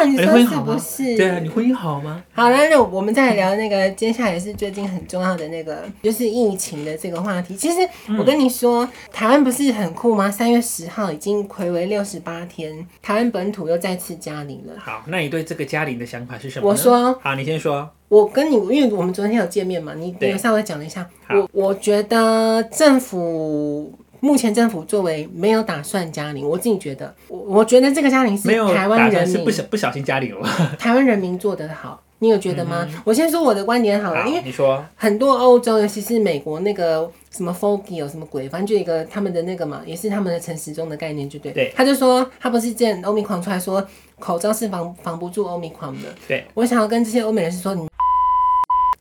Speaker 1: 啊你
Speaker 2: 你
Speaker 1: 说
Speaker 2: 婚姻
Speaker 1: 是
Speaker 2: 哎好
Speaker 1: 不
Speaker 2: 吗？
Speaker 1: 是？
Speaker 2: 对啊，你婚姻好吗？
Speaker 1: 好了，那我们再来聊那个接下来是最近很重要的那个，就是疫情的这个话题。其实
Speaker 2: 嗯
Speaker 1: 我跟你说，台湾不是很酷吗？三月十号已经暌违六十八天，台湾本土又再次加零了。
Speaker 2: 好，那你对这个嘉玲的想法是什么呢？
Speaker 1: 我说
Speaker 2: 好，你先说。
Speaker 1: 我跟你，因为我们昨天有见面嘛，你你
Speaker 2: 对
Speaker 1: 有稍微讲了一下。
Speaker 2: 好
Speaker 1: 我我觉得政府目前政府作为没有打算加零，我自己觉得，我我觉得这个加零是
Speaker 2: 没有
Speaker 1: 台湾
Speaker 2: 打算
Speaker 1: 人
Speaker 2: 是
Speaker 1: 民
Speaker 2: 不小不小心嘉玲了吧。
Speaker 1: 台湾人民做得好，你有觉得吗？我先说我的观点好了，
Speaker 2: 嗯好，
Speaker 1: 因为。
Speaker 2: 你说。
Speaker 1: 很多欧洲，尤其是美国那个什么 Foggy 有什么鬼，反正就一个他们的那个嘛，也是他们的陈时中的概念，就对。
Speaker 2: 对
Speaker 1: 他就说他不是之前欧米狂出来说口罩是防防不住欧米狂的。
Speaker 2: 对，
Speaker 1: 我想要跟这些欧美人士说，你 [laughs]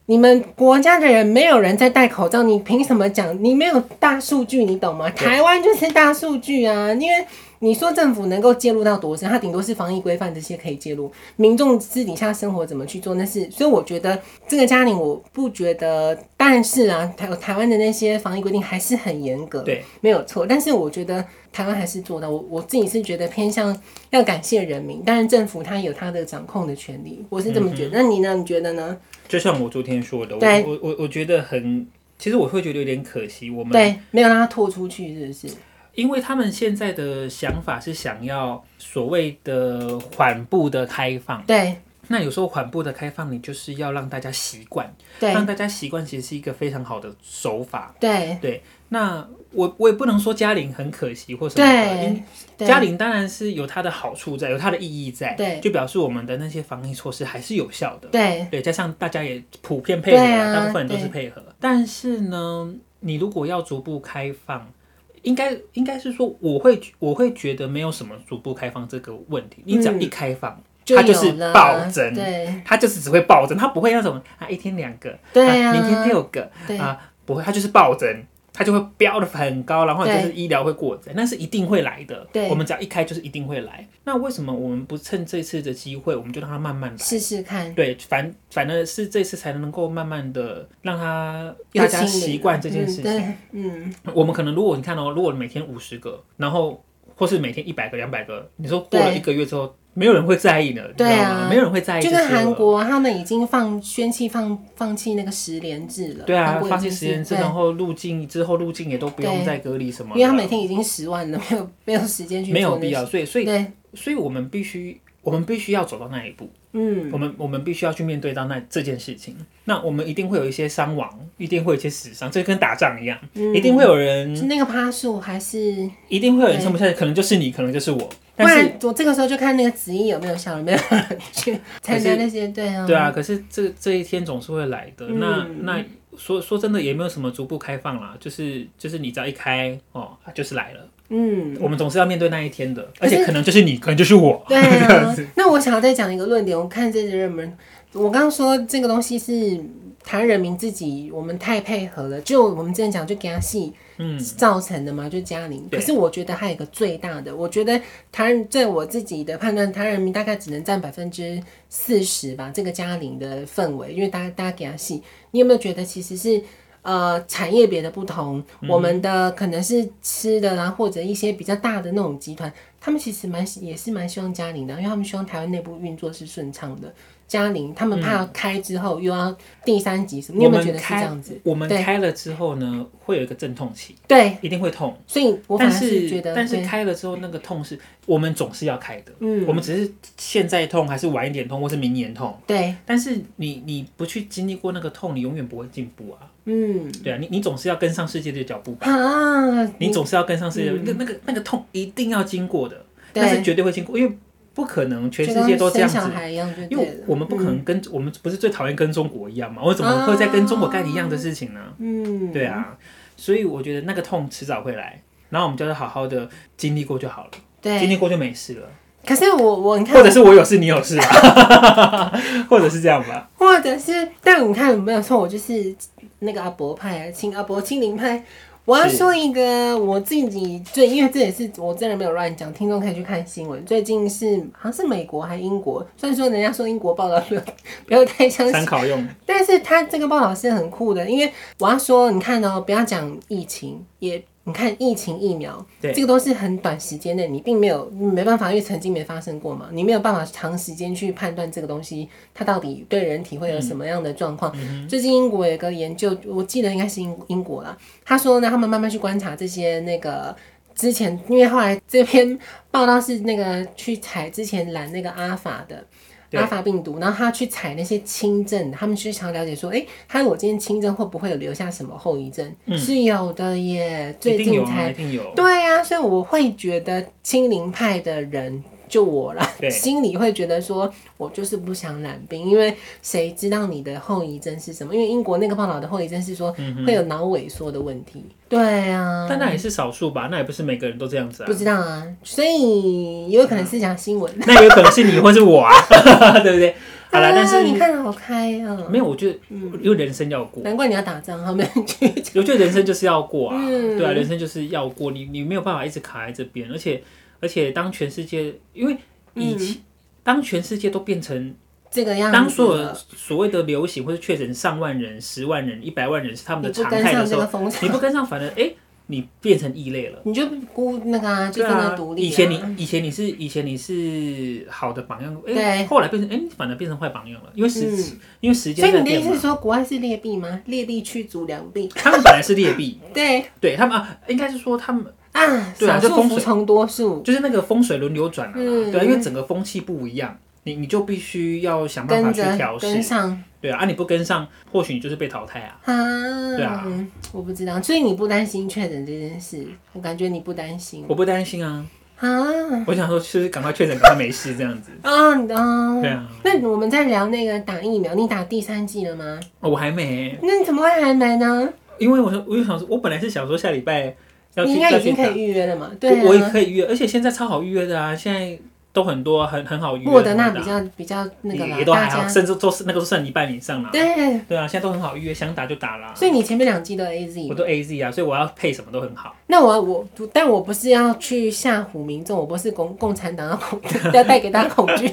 Speaker 1: 你们国家的人没有人在戴口罩，你凭什么讲？你没有大数据，你懂吗？
Speaker 2: 对
Speaker 1: 台湾就是大数据啊，因为你说政府能够介入到多深，它顶多是防疫规范这些可以介入，民众私底下生活怎么去做那是。所以我觉得这个家庭，我不觉得，但是啊，台台湾的那些防疫规定还是很严格，
Speaker 2: 对，
Speaker 1: 没有错。但是我觉得台湾还是做到，我我自己是觉得偏向要感谢人民，但是政府他有他的掌控的权利，我是这么觉得。
Speaker 2: 嗯
Speaker 1: 那你呢？你觉得呢？
Speaker 2: 就像我昨天说的，
Speaker 1: 对
Speaker 2: 我我我我觉得很，其实我会觉得有点可惜，我们
Speaker 1: 对，没有让他拖出去，是不是？
Speaker 2: 因为他们现在的想法是想要所谓的缓步的开放，
Speaker 1: 对
Speaker 2: 那有时候缓步的开放，你就是要让大家习惯，
Speaker 1: 对
Speaker 2: 让大家习惯其实是一个非常好的手法。
Speaker 1: 对
Speaker 2: 那我我也不能说嘉玲很可惜或什么的，因
Speaker 1: 对对，
Speaker 2: 嘉玲当然是有它的好处在，有它的意义在，
Speaker 1: 对
Speaker 2: 就表示我们的那些防疫措施还是有效的，
Speaker 1: 对
Speaker 2: 对，加上大家也普遍配合，
Speaker 1: 对啊
Speaker 2: 大部分人都是配合。但是呢，你如果要逐步开放，应该应该是说，我会我会觉得没有什么逐步开放这个问题，你只要
Speaker 1: 嗯
Speaker 2: 一开放，它就
Speaker 1: 有
Speaker 2: 是
Speaker 1: 了，
Speaker 2: 暴增。
Speaker 1: 对
Speaker 2: 它就是只会暴增，它不会那种啊一天两个，
Speaker 1: 嗯对啊
Speaker 2: 明天六个，
Speaker 1: 对
Speaker 2: 啊，不会，它就是暴增，它就会飙的很高，然后就
Speaker 1: 对
Speaker 2: 是医疗会过载，那是一定会来的。
Speaker 1: 对
Speaker 2: 我们只要一开就是一定会来。那为什么我们不趁这次的机会，我们就让它慢慢来？
Speaker 1: 试试看，
Speaker 2: 对，反反而是这次才能够慢慢的让它大家
Speaker 1: 要清理
Speaker 2: 习惯这件事情。
Speaker 1: 嗯，
Speaker 2: 我们可能如果你看哦，如果每天五十个，然后或是每天一百个、两百个，你说过了
Speaker 1: 对
Speaker 2: 一个月之后，没有人会在意的，你知道
Speaker 1: 对啊
Speaker 2: 吗？没有人会在
Speaker 1: 对，
Speaker 2: 意
Speaker 1: 就
Speaker 2: 这些
Speaker 1: 跟
Speaker 2: 了。
Speaker 1: 韩国他们已经放宣弃放放弃那个十连制了，
Speaker 2: 对啊
Speaker 1: 韩，国已
Speaker 2: 放弃
Speaker 1: 经
Speaker 2: 实
Speaker 1: 是
Speaker 2: 验室，
Speaker 1: 对
Speaker 2: 然后入境之后入境也都不用
Speaker 1: 对
Speaker 2: 再隔离什么的，
Speaker 1: 因为他每天已经十万了，没有没有时间去
Speaker 2: 没有
Speaker 1: 做那
Speaker 2: 必要，所以
Speaker 1: 些
Speaker 2: 所以
Speaker 1: 对，
Speaker 2: 所以我们必须我们必须要走到那一步，
Speaker 1: 嗯，
Speaker 2: 我们我们必须要去面对到那这件事情。那我们一定会有一些伤亡，一定会有一些死伤，这跟打仗一样，
Speaker 1: 嗯
Speaker 2: 一定会有
Speaker 1: 是
Speaker 2: 人，
Speaker 1: 那个趴数还是？
Speaker 2: 一定会有人撑不下去，可能就是你，可能就是我，
Speaker 1: 不
Speaker 2: 但是。
Speaker 1: 然我这个时候就看那个子怡有没有效，有没有人去参加那些，对啊，
Speaker 2: 对啊，可是这这一天总是会来的。
Speaker 1: 嗯
Speaker 2: 那那说说真的，也没有什么逐步开放啦，就是就是你只要一开哦，就是来了。 [laughs]
Speaker 1: 嗯，
Speaker 2: 我们总是要面对那一天的，
Speaker 1: 可
Speaker 2: 而
Speaker 1: 是
Speaker 2: 且可能就是你，可能就是我。
Speaker 1: 对啊，那我想要再讲一个论点，我看这些热门，我刚刚说这个东西是台湾人民自己，我们太配合了，就我们之前讲就给他戏
Speaker 2: 嗯，
Speaker 1: 造成的嘛，就嘉玲。
Speaker 2: 对
Speaker 1: 可是我觉得还有一个最大的，我觉得台湾在我自己的判断，台湾人民大概只能占百分之四十吧，这个嘉玲的氛围，因为大家大家给他戏，你有没有觉得其实是？呃，产业别的不同，
Speaker 2: 嗯
Speaker 1: 我们的可能是吃的啦，或者一些比较大的那种集团，他们其实蛮也是蛮希望嘉玲的，因为他们希望台湾内部运作是顺畅的。嘉玲他们
Speaker 2: 嗯
Speaker 1: 怕开之后又要第三级什么，你
Speaker 2: 我
Speaker 1: 有没有
Speaker 2: 们
Speaker 1: 觉得是这
Speaker 2: 开
Speaker 1: 样子？
Speaker 2: 我们
Speaker 1: 对
Speaker 2: 开了之后呢，会有一个阵痛期，
Speaker 1: 对，
Speaker 2: 一定会痛。
Speaker 1: 所以我反
Speaker 2: 但
Speaker 1: 而是觉
Speaker 2: 是
Speaker 1: 得，
Speaker 2: 但是
Speaker 1: 对
Speaker 2: 开了之后，那个痛是我们总是要开的。
Speaker 1: 嗯
Speaker 2: 我们只是现在痛，还是晚一点痛，或是明年痛。
Speaker 1: 对，
Speaker 2: 但是你你不去经历过那个痛，你永远不会进步啊！
Speaker 1: 嗯
Speaker 2: 对啊，你你总是要跟上世界的脚步吧？
Speaker 1: 啊，
Speaker 2: 你总是要跟上世界，那那个那个痛一定要经过的，
Speaker 1: 嗯对
Speaker 2: 但是绝对会经过，因为不可能全
Speaker 1: 就
Speaker 2: 世界都
Speaker 1: 跟
Speaker 2: 这样
Speaker 1: 生
Speaker 2: 子
Speaker 1: 小孩一样就
Speaker 2: 因
Speaker 1: 对
Speaker 2: 为
Speaker 1: 了，嗯
Speaker 2: 我们不可能跟、我们不是最讨厌跟中国一样嘛？我怎么会在跟中国干一样的事情呢？
Speaker 1: 嗯，
Speaker 2: 对，啊，所以我觉得那个痛迟早会来，然后我们就要好好的经历过就好了，经
Speaker 1: 对。
Speaker 2: 历过就没事了。
Speaker 1: 可是我我你看
Speaker 2: 或，者是我有事，你有事吧， [laughs] 或者是这样吧。
Speaker 1: 或者是，但你看有没有错？我就是那个阿伯派，亲阿伯亲灵派。我要
Speaker 2: 是
Speaker 1: 说一个我自己最，因为这也是我真的没有乱讲，听众可以去看新闻。最近是好像是美国还英国，虽然说人家说英国报道不要不要太相信
Speaker 2: 参考用，
Speaker 1: 但是他这个报道是很酷的，因为我要说，你看哦、不要讲疫情，也你看疫情疫苗，
Speaker 2: 对
Speaker 1: 这个都是很短时间内，你并没有没办法，因为曾经没发生过嘛，你没有办法长时间去判断这个东西它到底对人体会有什么样的状况。
Speaker 2: 嗯
Speaker 1: 最近英国有一个研究，我记得应该是英英国啦，他说呢，他们慢慢去观察这些那个。之前，因为后来这篇报道是那个去采之前染那个阿法的，
Speaker 2: 对
Speaker 1: 阿法病毒，然后他去采那些轻症，他们去想要了解说，诶，他如果今天轻症会不会有留下什么后遗症？
Speaker 2: 嗯
Speaker 1: 是有的耶，
Speaker 2: 一
Speaker 1: 最
Speaker 2: 定有
Speaker 1: 近
Speaker 2: 啊，
Speaker 1: 才
Speaker 2: 一定有。
Speaker 1: 对呀、所以我会觉得清零派的人就我啦，
Speaker 2: 对
Speaker 1: 心里会觉得说我就是不想染病，因为谁知道你的后遗症是什么？因为英国那个报道的后遗症是说会有脑萎缩的问题。对啊，
Speaker 2: 嗯但那也是少数吧，那也不是每个人都这样子啊
Speaker 1: 不。知道啊，所以也有可能是讲新闻。
Speaker 2: [laughs] 那也有可能是你或是我啊，对不对？好啦，但是
Speaker 1: 你看得好开啊，
Speaker 2: 没有，我觉得
Speaker 1: 嗯，
Speaker 2: 因为人生要过，
Speaker 1: 难怪你要打仗，他们去
Speaker 2: 我觉得人生就是要过啊，
Speaker 1: 嗯
Speaker 2: 对啊，人生就是要过，你你没有办法一直卡在这边，而且而且当全世界因为以前、
Speaker 1: 嗯
Speaker 2: 当全世界都变成
Speaker 1: 这个样子了，
Speaker 2: 当所有所谓的流行或者确诊上万人、十万人、一百万人是他们
Speaker 1: 你
Speaker 2: 的
Speaker 1: 不
Speaker 2: 常
Speaker 1: 跟
Speaker 2: 态的
Speaker 1: 上
Speaker 2: 时
Speaker 1: 这
Speaker 2: 候
Speaker 1: 个，风潮
Speaker 2: [laughs] 你，不跟上，反而哎、诶你变成异类了。
Speaker 1: 你就孤那个啊，就
Speaker 2: 对
Speaker 1: 变
Speaker 2: 啊
Speaker 1: 得独，立啊。
Speaker 2: 以前你以前你是以前你是好的榜样，哎、
Speaker 1: 对
Speaker 2: 后来变成哎、你反而变成坏榜样了，因为时、
Speaker 1: 嗯
Speaker 2: 因为
Speaker 1: 所
Speaker 2: 时间
Speaker 1: 以
Speaker 2: 在
Speaker 1: 你的意
Speaker 2: 变
Speaker 1: 思是
Speaker 2: 嘛。
Speaker 1: 说，国外是劣币吗？劣币驱逐良币。
Speaker 2: 他们本来是劣币，
Speaker 1: 对
Speaker 2: 对他们啊，应该是说他们
Speaker 1: 啊，
Speaker 2: 对啊
Speaker 1: 少
Speaker 2: 就
Speaker 1: 数
Speaker 2: 风
Speaker 1: 服
Speaker 2: 水
Speaker 1: 从多数，
Speaker 2: 就是那个风水轮流转了、
Speaker 1: 嗯
Speaker 2: 对啊、因为整个风气不一样，你你就必须要想办法
Speaker 1: 跟
Speaker 2: 去
Speaker 1: 着
Speaker 2: 调
Speaker 1: 跟
Speaker 2: 试，
Speaker 1: 上
Speaker 2: 对啊，啊你不跟上，或许你就是被淘汰啊。
Speaker 1: 啊。
Speaker 2: 对啊
Speaker 1: 嗯，我不知道，所以你不担心确诊这件事，我感觉你不担心
Speaker 2: 我不担心啊，
Speaker 1: 啊
Speaker 2: 我想说就是赶快确诊，赶快没事这样子。
Speaker 1: 啊，你啊
Speaker 2: 对。啊，
Speaker 1: 那我们在聊那个打疫苗，你打第三剂了吗？
Speaker 2: 哦我还没，
Speaker 1: 那你怎么会还没呢？
Speaker 2: 因为我说我就想说，我本来是想说下礼拜要
Speaker 1: 你
Speaker 2: 去
Speaker 1: 应
Speaker 2: 要
Speaker 1: 该已
Speaker 2: 去
Speaker 1: 经
Speaker 2: 打
Speaker 1: 可，以预约了嘛？对
Speaker 2: 我也
Speaker 1: 啊，
Speaker 2: 可以预约，而且现在超好预约的啊，现在都很多很很好预约。
Speaker 1: 莫德纳
Speaker 2: 对
Speaker 1: 比
Speaker 2: 啊
Speaker 1: 较比较那个
Speaker 2: 也
Speaker 1: 啦
Speaker 2: 也，都
Speaker 1: 大
Speaker 2: 还好，
Speaker 1: 家
Speaker 2: 甚至都是那个都算一半以上啦。
Speaker 1: 对，
Speaker 2: 对啊，现在都很好预约，想打就打啦。
Speaker 1: 所以你前面两剂都 A Z
Speaker 2: 我都 A Z 啊，所以我要配什么都很好。
Speaker 1: 那我我但我不是要去吓唬民众，我不是共共产党的恐要带给大家恐惧，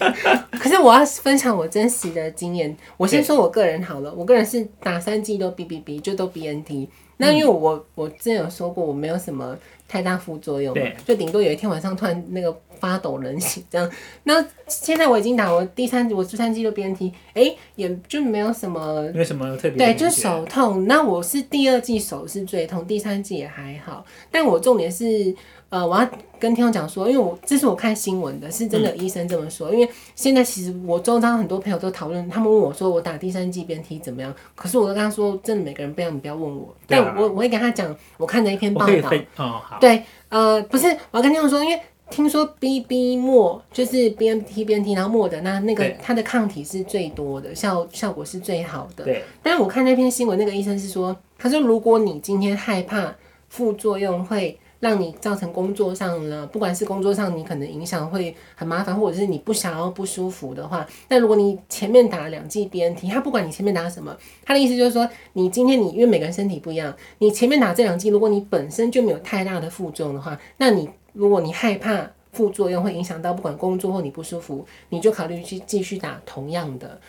Speaker 1: 可是我要分享我真实的经验。我先说我个人好了，我个人是打三剂都 B B B，就都 B N T。那因为我我之前有说过，我没有什么太大副作用嘛
Speaker 2: 对，
Speaker 1: 就顶多有一天晚上突然那个发抖人醒这样。那现在我已经打我第三我第三剂都 B N T，哎，也就没有什么
Speaker 2: 因为什么特别的
Speaker 1: 对，
Speaker 2: 感觉？
Speaker 1: 就手痛。那我是第二季手是最痛，第三季也还好。但我重点是，呃，我要跟听众讲说，因为我这是我看新闻的，是真
Speaker 2: 嗯
Speaker 1: 的有医生这么说。因为现在其实我周遭很多朋友都讨论，他们问我说我打第三季变 T 怎么样？可是我都跟他说，真的每个人不要你不要问我，
Speaker 2: 对啊
Speaker 1: 但我我会跟他讲，我看了一篇
Speaker 2: 我
Speaker 1: 报
Speaker 2: 可以
Speaker 1: 道，
Speaker 2: 分哦，好，
Speaker 1: 对，呃，不是，我要跟听众说，因为听说 B B 末就是 B M T B N T，然后末的那那个
Speaker 2: 对
Speaker 1: 它的抗体是最多的，效效果是最好的。
Speaker 2: 对，
Speaker 1: 但我看那篇新闻，那个医生是说，他说如果你今天害怕副作用会让你造成工作上呢，不管是工作上你可能影响会很麻烦，或者是你不想要不舒服的话，那如果你前面打了两剂 BNT，他不管你前面打什么，他的意思就是说，你今天你因为每个人身体不一样，你前面打这两剂，如果你本身就没有太大的副作用的话，那你如果你害怕。副作用会影响到不管工作或你不舒服，你就考虑去继续打同样的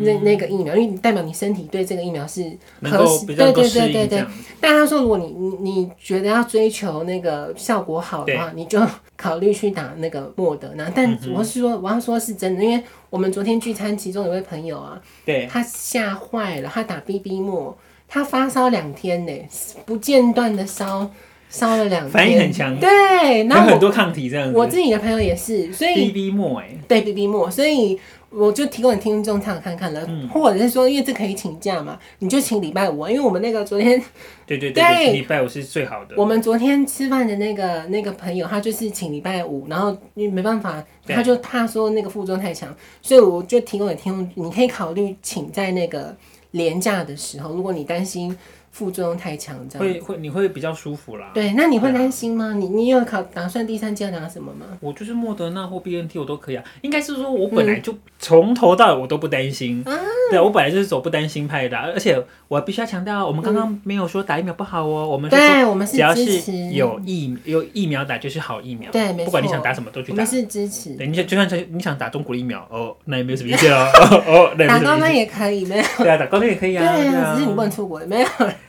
Speaker 1: 那那个疫苗，因为代表你身体对这个疫苗是
Speaker 2: 嗯能
Speaker 1: 合
Speaker 2: 够
Speaker 1: 适，对
Speaker 2: 比
Speaker 1: 对
Speaker 2: 较能够
Speaker 1: 对
Speaker 2: 适
Speaker 1: 对
Speaker 2: 应这
Speaker 1: 对
Speaker 2: 样。
Speaker 1: 但他说，如果你你你觉得要追求那个效果好的话，你就考虑去打那个莫德纳。
Speaker 2: 嗯
Speaker 1: 但我是说，我要说是真的，因为我们昨天聚餐，其中有位朋友啊，
Speaker 2: 对，
Speaker 1: 他吓坏了，他打 BB 莫，他发烧两天呢，不间断的烧，烧了两天，
Speaker 2: 反应很强
Speaker 1: 对，
Speaker 2: 有
Speaker 1: 然后
Speaker 2: 很
Speaker 1: 我
Speaker 2: 多抗体这样子。
Speaker 1: 我自己的朋友也是，所以
Speaker 2: B B 末哎，
Speaker 1: 对 B B 墨，所以我就提供你听众参考看看了，
Speaker 2: 嗯
Speaker 1: 或者是说，因为这可以请假嘛，你就请礼拜五啊，因为我们那个昨天
Speaker 2: 对对
Speaker 1: 对
Speaker 2: 对，礼拜五是最好的。
Speaker 1: 我们昨天吃饭的那个那个朋友，他就是请礼拜五，然后因为没办法，
Speaker 2: 对
Speaker 1: 他就怕说那个负重太强，所以我就提供给听众，你可以考虑请在那个廉价的时候，如果你担心副作用太强这样。
Speaker 2: 会会你会比较舒服啦。
Speaker 1: 对，那你会担心吗？你你有考打算第三季要打什么吗？
Speaker 2: 我就是莫德纳或 B N T 我都可以啊，应该是说我本
Speaker 1: 嗯
Speaker 2: 来就从头到尾我都不担心，
Speaker 1: 啊
Speaker 2: 对我本来就是走不担心派的啊、而且我必须要强调，我们刚刚没有说打疫苗不好哦，我们是说
Speaker 1: 对，我们是
Speaker 2: 只要
Speaker 1: 支
Speaker 2: 是
Speaker 1: 持，
Speaker 2: 有疫有疫苗打就是好疫苗，
Speaker 1: 对没错
Speaker 2: 不管你想打什么都去
Speaker 1: 我
Speaker 2: 打
Speaker 1: 们。是支持。
Speaker 2: 对，你想就算是你想打中国的疫苗哦，那也没有什么意见
Speaker 1: 啊
Speaker 2: 哦， [laughs] 哦哦，那也没
Speaker 1: 打
Speaker 2: 有什
Speaker 1: 高
Speaker 2: 么意
Speaker 1: 端
Speaker 2: 见。
Speaker 1: 也可以，没有
Speaker 2: 对啊，打高端也可以
Speaker 1: 对
Speaker 2: 啊，对
Speaker 1: 啊，只是你不
Speaker 2: 啊。
Speaker 1: 能出国，没有。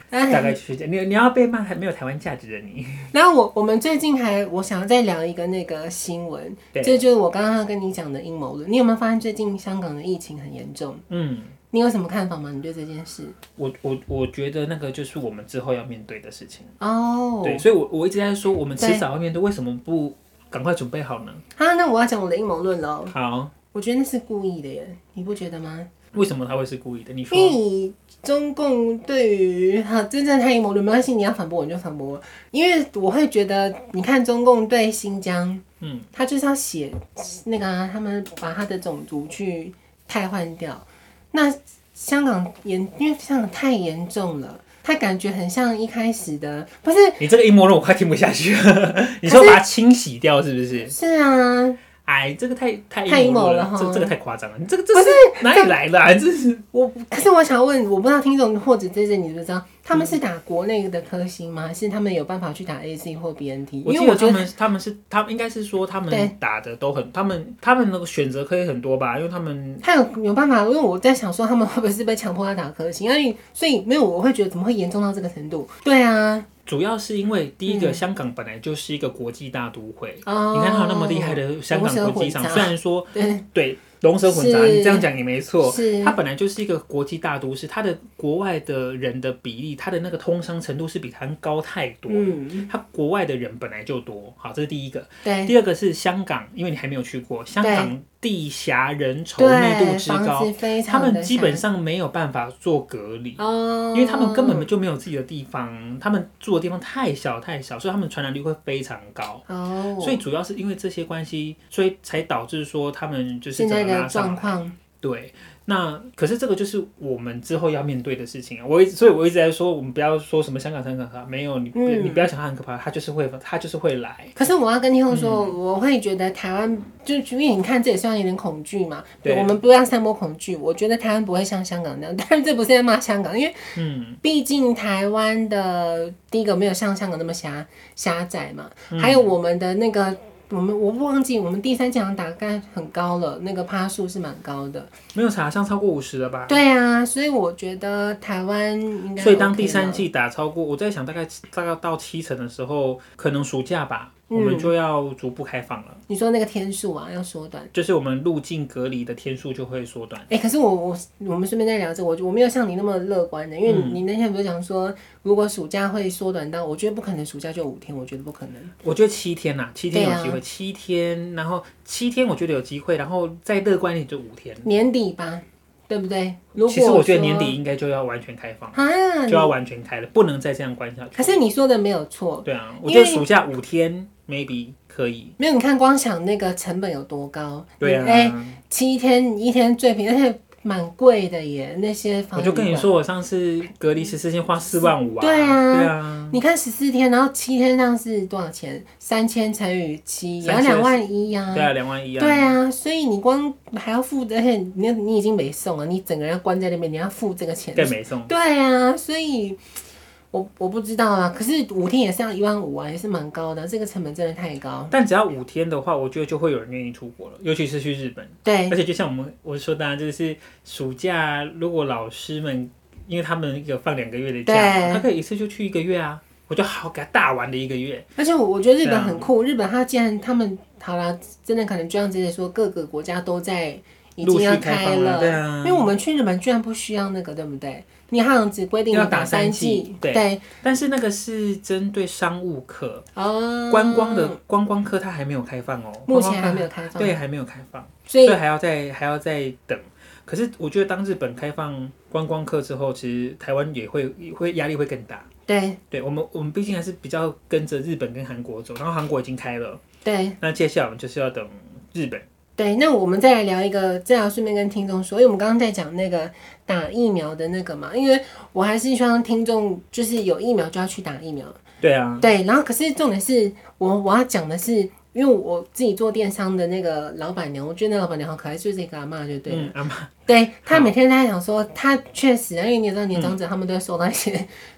Speaker 2: 大
Speaker 1: 哎，
Speaker 2: 概就是这样，你你要被骂还没有台湾价值的你，
Speaker 1: 然后我我们最近还我想要再聊一个那个新闻，
Speaker 2: 对
Speaker 1: 这就是我刚刚跟你讲的阴谋论。你有没有发现最近香港的疫情很严重？
Speaker 2: 嗯，
Speaker 1: 你有什么看法吗？你对这件事？
Speaker 2: 我我我觉得那个就是我们之后要面对的事情。
Speaker 1: 哦，
Speaker 2: 对，所以我我一直在说，我们迟
Speaker 1: 对
Speaker 2: 早要面对，为什么不赶快准备好呢？
Speaker 1: 啊，那我要讲我的阴谋论喽。
Speaker 2: 好，
Speaker 1: 我觉得那是故意的耶，你不觉得吗？
Speaker 2: 为什么他会是故意的？你
Speaker 1: 因为
Speaker 2: 说，
Speaker 1: 你中共对于好，真正太阴谋论没关系，你要反驳我你就反驳我，因为我会觉得，你看中共对新疆。
Speaker 2: 嗯，
Speaker 1: 他就是要写那个、啊，他们把他的种族去汰换掉。那香港严，因为香港太严重了，他感觉很像一开始的，不是？ [laughs]
Speaker 2: 你这个阴谋论我快听不下去了。你说把它清洗掉是不是？
Speaker 1: 是啊，
Speaker 2: 哎，这个太太
Speaker 1: 太阴谋
Speaker 2: 谋
Speaker 1: 了
Speaker 2: 这
Speaker 1: 哈
Speaker 2: 这个太夸张了，你这个这是哪里来的、啊？这是我
Speaker 1: 可是我想问，我不知道听众或者这些你知不知道，他们是打国内的科兴吗？还是他们有办法去打 A C 或 B N T？
Speaker 2: 我
Speaker 1: 因
Speaker 2: 记
Speaker 1: 为我
Speaker 2: 得
Speaker 1: 觉
Speaker 2: 他
Speaker 1: 得
Speaker 2: 们他们是他们应该是说他
Speaker 1: 对
Speaker 2: 们打的都很，他们他们那个选择可以很多吧，因为他们
Speaker 1: 他有有办法，因为我在想说他们会不会是被强迫要打科兴，因为所以没有，我会觉得怎么会严重到这个程度？对啊，
Speaker 2: 主要是因为第一
Speaker 1: 嗯
Speaker 2: 个、香港本来就是一个国际大都会，你看它有那么厉害
Speaker 1: 的，
Speaker 2: 的香港国际上
Speaker 1: 龙蛇混杂，
Speaker 2: 虽然说
Speaker 1: 哦对，
Speaker 2: 对龙蛇混杂，
Speaker 1: 是
Speaker 2: 你这样讲也没错。
Speaker 1: 是
Speaker 2: 它本来就是一个国际大都市，它的国外的人的比例，它的那个通商程度是比台湾高太多。
Speaker 1: 嗯，
Speaker 2: 它国外的人本来就多，好，这是第一个。
Speaker 1: 对
Speaker 2: 第二个是香港，因为你还没有去过，香港地狭人稠，密度
Speaker 1: 对，
Speaker 2: 之
Speaker 1: 房
Speaker 2: 高，
Speaker 1: 子非常
Speaker 2: 他
Speaker 1: 的
Speaker 2: 们基本
Speaker 1: 小
Speaker 2: 上没有办法做隔离。
Speaker 1: 哦，
Speaker 2: 因为他们根本就没有自己的地方，他们住的地方太小太小，所以他们传染率会非常高。
Speaker 1: 哦，
Speaker 2: 所以主要是因为这些关系，所以才导致说他们就是
Speaker 1: 现
Speaker 2: 整
Speaker 1: 在
Speaker 2: 个
Speaker 1: 的
Speaker 2: 拉上
Speaker 1: 状
Speaker 2: 来。
Speaker 1: 况，
Speaker 2: 对，那可是这个就是我们之后要面对的事情啊。我一直，所以我一直在说，我们不要说什么香港、香港、香港，没有你，
Speaker 1: 嗯
Speaker 2: 你不要想它很可怕，它就是会，它就是会来。
Speaker 1: 可是我要跟听众说，
Speaker 2: 嗯
Speaker 1: 我会觉得台湾就因为你看，这也算有点恐惧嘛。
Speaker 2: 对
Speaker 1: 我们不要散播恐惧。我觉得台湾不会像香港那样， [laughs] 但是这不是在骂香港，因为
Speaker 2: 嗯，
Speaker 1: 毕竟台湾的第一个没有像香港那么狭狭窄嘛，
Speaker 2: 嗯
Speaker 1: 还有我们的那个。我们我不忘记，我们第三强打概很高了，那个趴数是蛮高的。
Speaker 2: 没有查，像超过五十了吧？
Speaker 1: 对啊，所以我觉得台湾应该、
Speaker 2: 所以当第三，季打超过，我在想大概大概到七成的时候，可能暑假吧，我
Speaker 1: 嗯
Speaker 2: 们就要逐步开放了，
Speaker 1: 你说那个天数啊要缩短。
Speaker 2: 就是我们入境隔离的天数就会缩短。
Speaker 1: 哎、可是我我我们顺便再聊这个，我我没有像你那么乐观的，因为
Speaker 2: 嗯
Speaker 1: 你那天不是讲说，如果暑假会缩短到，我觉得不可能，暑假就五天，我觉得不可能。
Speaker 2: 我觉得七天呐、七天
Speaker 1: 对啊
Speaker 2: 有机会，七天，然后七天我觉得有机会，然后再乐观一点就五天。
Speaker 1: 年底吧，对不对？如果
Speaker 2: 其实我觉得
Speaker 1: 说
Speaker 2: 年底应该就要完全开放，
Speaker 1: 啊，
Speaker 2: 就要完全开了，不能再这样关下去。
Speaker 1: 可是你说的没有错，
Speaker 2: 对啊，
Speaker 1: 因为
Speaker 2: 我觉得暑假五天 maybe 可以。
Speaker 1: 没有你看光想那个成本有多高，
Speaker 2: 对啊，
Speaker 1: 哎、七天一天最平，而且蛮贵的耶，那些房
Speaker 2: 我就跟
Speaker 1: 旅
Speaker 2: 你
Speaker 1: 馆。
Speaker 2: 说，我上次隔离十四天花四万五啊。
Speaker 1: 对啊
Speaker 2: 对啊，
Speaker 1: 你看十四天，然后七天这样是多少钱？三千乘以七，也要两万一呀、
Speaker 2: 对啊，两万一啊。
Speaker 1: 嗯对啊，所以你光还要付，而且你你已经没送了，你整个人要关在那边，你要付这个钱。
Speaker 2: 更没送。
Speaker 1: 对啊，所以我我不知道啊，可是五天也是要一万五啊，也是蛮高的，这个成本真的太高。
Speaker 2: 但只要五天的话，我觉得就会有人愿意出国了，尤其是去日本。
Speaker 1: 对
Speaker 2: 而且就像我们我说的、啊，就是暑假如果老师们，因为他们有放两个月的假，
Speaker 1: 对
Speaker 2: 他可以一次就去一个月啊，我就好给他大玩的一个月。
Speaker 1: 而且我我觉得日
Speaker 2: 对
Speaker 1: 本
Speaker 2: 啊
Speaker 1: 很酷，日本它既然他们好啦，真的可能就像姐姐说，各个国家都在已
Speaker 2: 陆
Speaker 1: 经
Speaker 2: 续
Speaker 1: 要
Speaker 2: 开
Speaker 1: 开
Speaker 2: 放了
Speaker 1: 了，
Speaker 2: 对啊
Speaker 1: 因为我们去日本居然不需要那个，对不对？你好像只规定
Speaker 2: 要
Speaker 1: 你
Speaker 2: 打三
Speaker 1: 三
Speaker 2: 剂对
Speaker 1: 对
Speaker 2: 但是那个是针对商务课，
Speaker 1: 哦，
Speaker 2: 观光的观光课它还没有开放哦，
Speaker 1: 目前还没
Speaker 2: 有
Speaker 1: 有开放，
Speaker 2: 对，还没有开放，
Speaker 1: 所以
Speaker 2: 还要再还要再等。可是我觉得，当日本开放观光课之后，其实台湾也会也会压力会更大。
Speaker 1: 对
Speaker 2: 对我们，我们毕竟还是比较跟着日本跟韩国走，然后韩国已经开了，
Speaker 1: 对。
Speaker 2: 那接下来我们就是要等日本。
Speaker 1: 对，那我们再来聊一个，正好顺便跟听众说，因为我们刚刚在讲那个打疫苗的那个嘛，因为我还是希望听众就是有疫苗就要去打疫苗。
Speaker 2: 对啊，
Speaker 1: 对，然后可是重点是我我要讲的是，因为我自己做电商的那个老板娘，我觉得那老板娘好可爱，就是一个阿嬷，就对了。
Speaker 2: 嗯，阿妈，
Speaker 1: 对她每天都在想说，她确实啊，因为你也知道年长者他们都会收到一些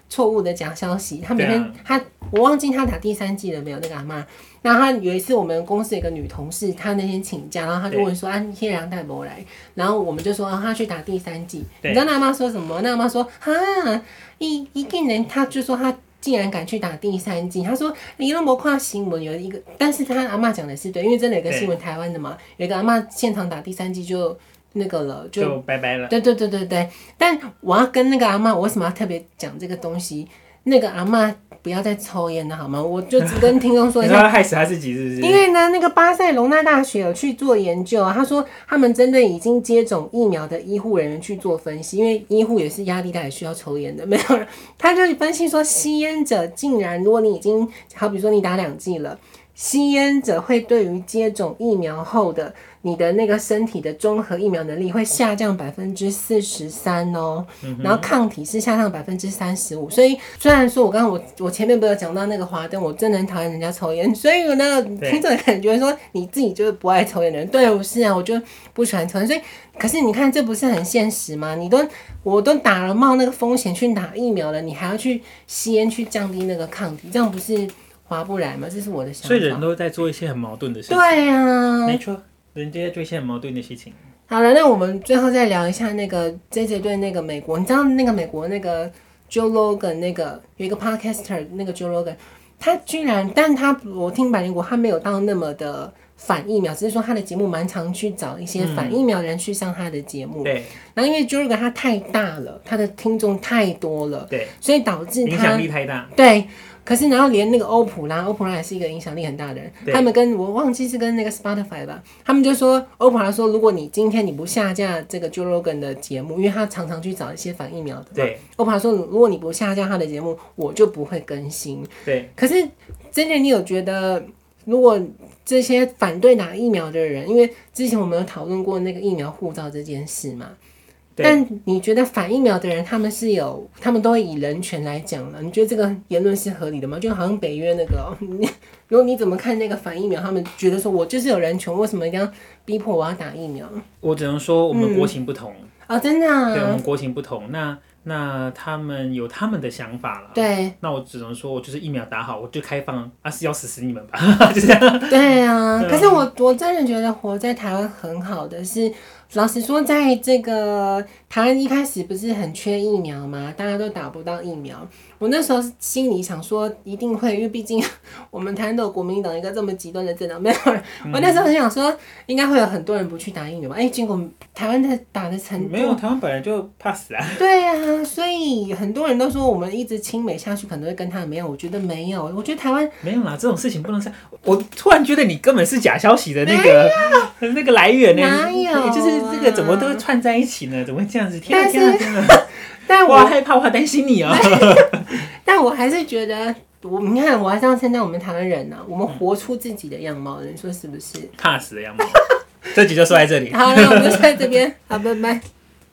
Speaker 1: 错误的假消息，她每
Speaker 2: 嗯对
Speaker 1: 天、
Speaker 2: 啊
Speaker 1: 她我忘记她打第三季了没有那个阿妈。然后她有一次我们公司有一个女同事，她那天请假，然后她就问说啊，你谢良带不来？然后我们就说啊，她去打第三季。你
Speaker 2: 对
Speaker 1: 知道那阿妈说什么？那阿妈说啊，一一个人，她就说她。竟然敢去打第三季，她说你都没看新闻有一个，但是她阿妈讲的是对，因为真的有一个
Speaker 2: 对
Speaker 1: 新闻台湾的嘛，有一个阿妈现场打第三季就那个了，就
Speaker 2: 就拜拜了。
Speaker 1: 对对对对对，但我要跟那个阿嬷，我为什么要特别讲这个东西？那个阿嬷不要再抽烟了好吗？我就只跟听众说
Speaker 2: 你
Speaker 1: 一
Speaker 2: 说 [laughs]
Speaker 1: 下。
Speaker 2: 他害死他自己是不是？
Speaker 1: 因为呢，那个巴塞隆纳大学有去做研究啊，他说他们针对已经接种疫苗的医护人员去做分析，因为医护也是压力大，也需要抽烟的，没有人，他就分析说，吸烟者竟然，如果你已经好比说你打两剂了，吸烟者会对于接种疫苗后的你的那个身体的综合疫苗能力会下降百分之四十三哦，
Speaker 2: 嗯
Speaker 1: 然后抗体是下降百分之三十五。所以虽然说我刚刚我我前面不是有讲到那个华灯，我真的很讨厌人家抽烟，所以呢，
Speaker 2: 对
Speaker 1: 听众感觉说你自己就是不爱抽烟的人，对，我是啊，我就不喜欢抽烟，所以。可是你看，这不是很现实吗？你都我都打了冒那个风险去打疫苗了，你还要去吸烟去降低那个抗体，这样不是划不来吗？这是我的想法。
Speaker 2: 所以人都在做一些很矛盾的事情。
Speaker 1: 对啊呀、
Speaker 2: 没错，人家在做一些很矛盾的事情。
Speaker 1: 好了，那我们最后再聊一下那个 J J 对那个美国，你知道那个美国那个 Joe Logan 那个有一个 podcaster 那个 Joe Logan，他居然，但他我听百灵果他没有到那么的反疫苗，只是说他的节目蛮常去找一些反疫苗人去上他的节目。
Speaker 2: 对
Speaker 1: 然后因为 Joe Rogan 他太大了，他的听众太多了，
Speaker 2: 对，
Speaker 1: 所以导致
Speaker 2: 影
Speaker 1: 他
Speaker 2: 响力太大。
Speaker 1: 对。可是，然后连那个欧普拉，欧普拉也是一个影响力很大的人。
Speaker 2: 对
Speaker 1: 他们跟我忘记是跟那个 Spotify 吧，他们就说欧普拉说，如果你今天你不下架这个 Joe Rogan 的节目，因为他常常去找一些反疫苗的嘛。
Speaker 2: 对
Speaker 1: 欧普拉说，如果你不下架他的节目，我就不会更新。
Speaker 2: 对，
Speaker 1: 可是真的，你有觉得，如果这些反对打疫苗的人，因为之前我们有讨论过那个疫苗护照这件事嘛，
Speaker 2: 对
Speaker 1: 但你觉得反疫苗的人，他们是有，他们都会以人权来讲了，你觉得这个言论是合理的吗？就好像北约那个 [laughs] 哦，你如果你怎么看那个反疫苗，他们觉得说我就是有人权，为什么一定要逼迫我要打疫苗？
Speaker 2: 我只能说我们国情不同，
Speaker 1: 哦，真的、
Speaker 2: 对，我
Speaker 1: 啊，
Speaker 2: 们国情不同。那那他们有他们的想法了。
Speaker 1: 对
Speaker 2: 那我只能说，我就是疫苗打好，我就开放啊，是要死死你们吧， [laughs] 就这样。
Speaker 1: 对啊，
Speaker 2: 对啊
Speaker 1: 可是我我真的觉得活在台湾很好的是，老实说，在这个台湾一开始不是很缺疫苗嘛，大家都打不到疫苗。我那时候心里想说一定会，因为毕竟 [laughs] 我们台湾都有国民党一个这么极端的政党，没有人。[laughs]
Speaker 2: 嗯
Speaker 1: 我那时候很想说，应该会有很多人不去打疫苗吧？哎、结果台湾的打的程度
Speaker 2: 没有，台湾本来就怕死啊。
Speaker 1: 对啊，所以很多人都说我们一直亲美下去可能会跟他没有，我觉得没有，我觉得台湾
Speaker 2: 没有啦，这种事情不能算。我突然觉得你根本是假消息的那个那个来源呢、
Speaker 1: 哪有啊
Speaker 2: 就是这个怎么都串在一起呢？怎么会这样子？天啊
Speaker 1: 但是
Speaker 2: 天啊天啊！
Speaker 1: 但
Speaker 2: 我好
Speaker 1: 我
Speaker 2: 害怕，我好担心
Speaker 1: [laughs]
Speaker 2: 你啊、
Speaker 1: 但我还是觉得，我你看，我还是要称赞我们台湾人呢、我们活出自己的样貌，你说是不是？
Speaker 2: 怕死的样子。这集就说在这里。
Speaker 1: 好了，我们就在这边，好，拜拜。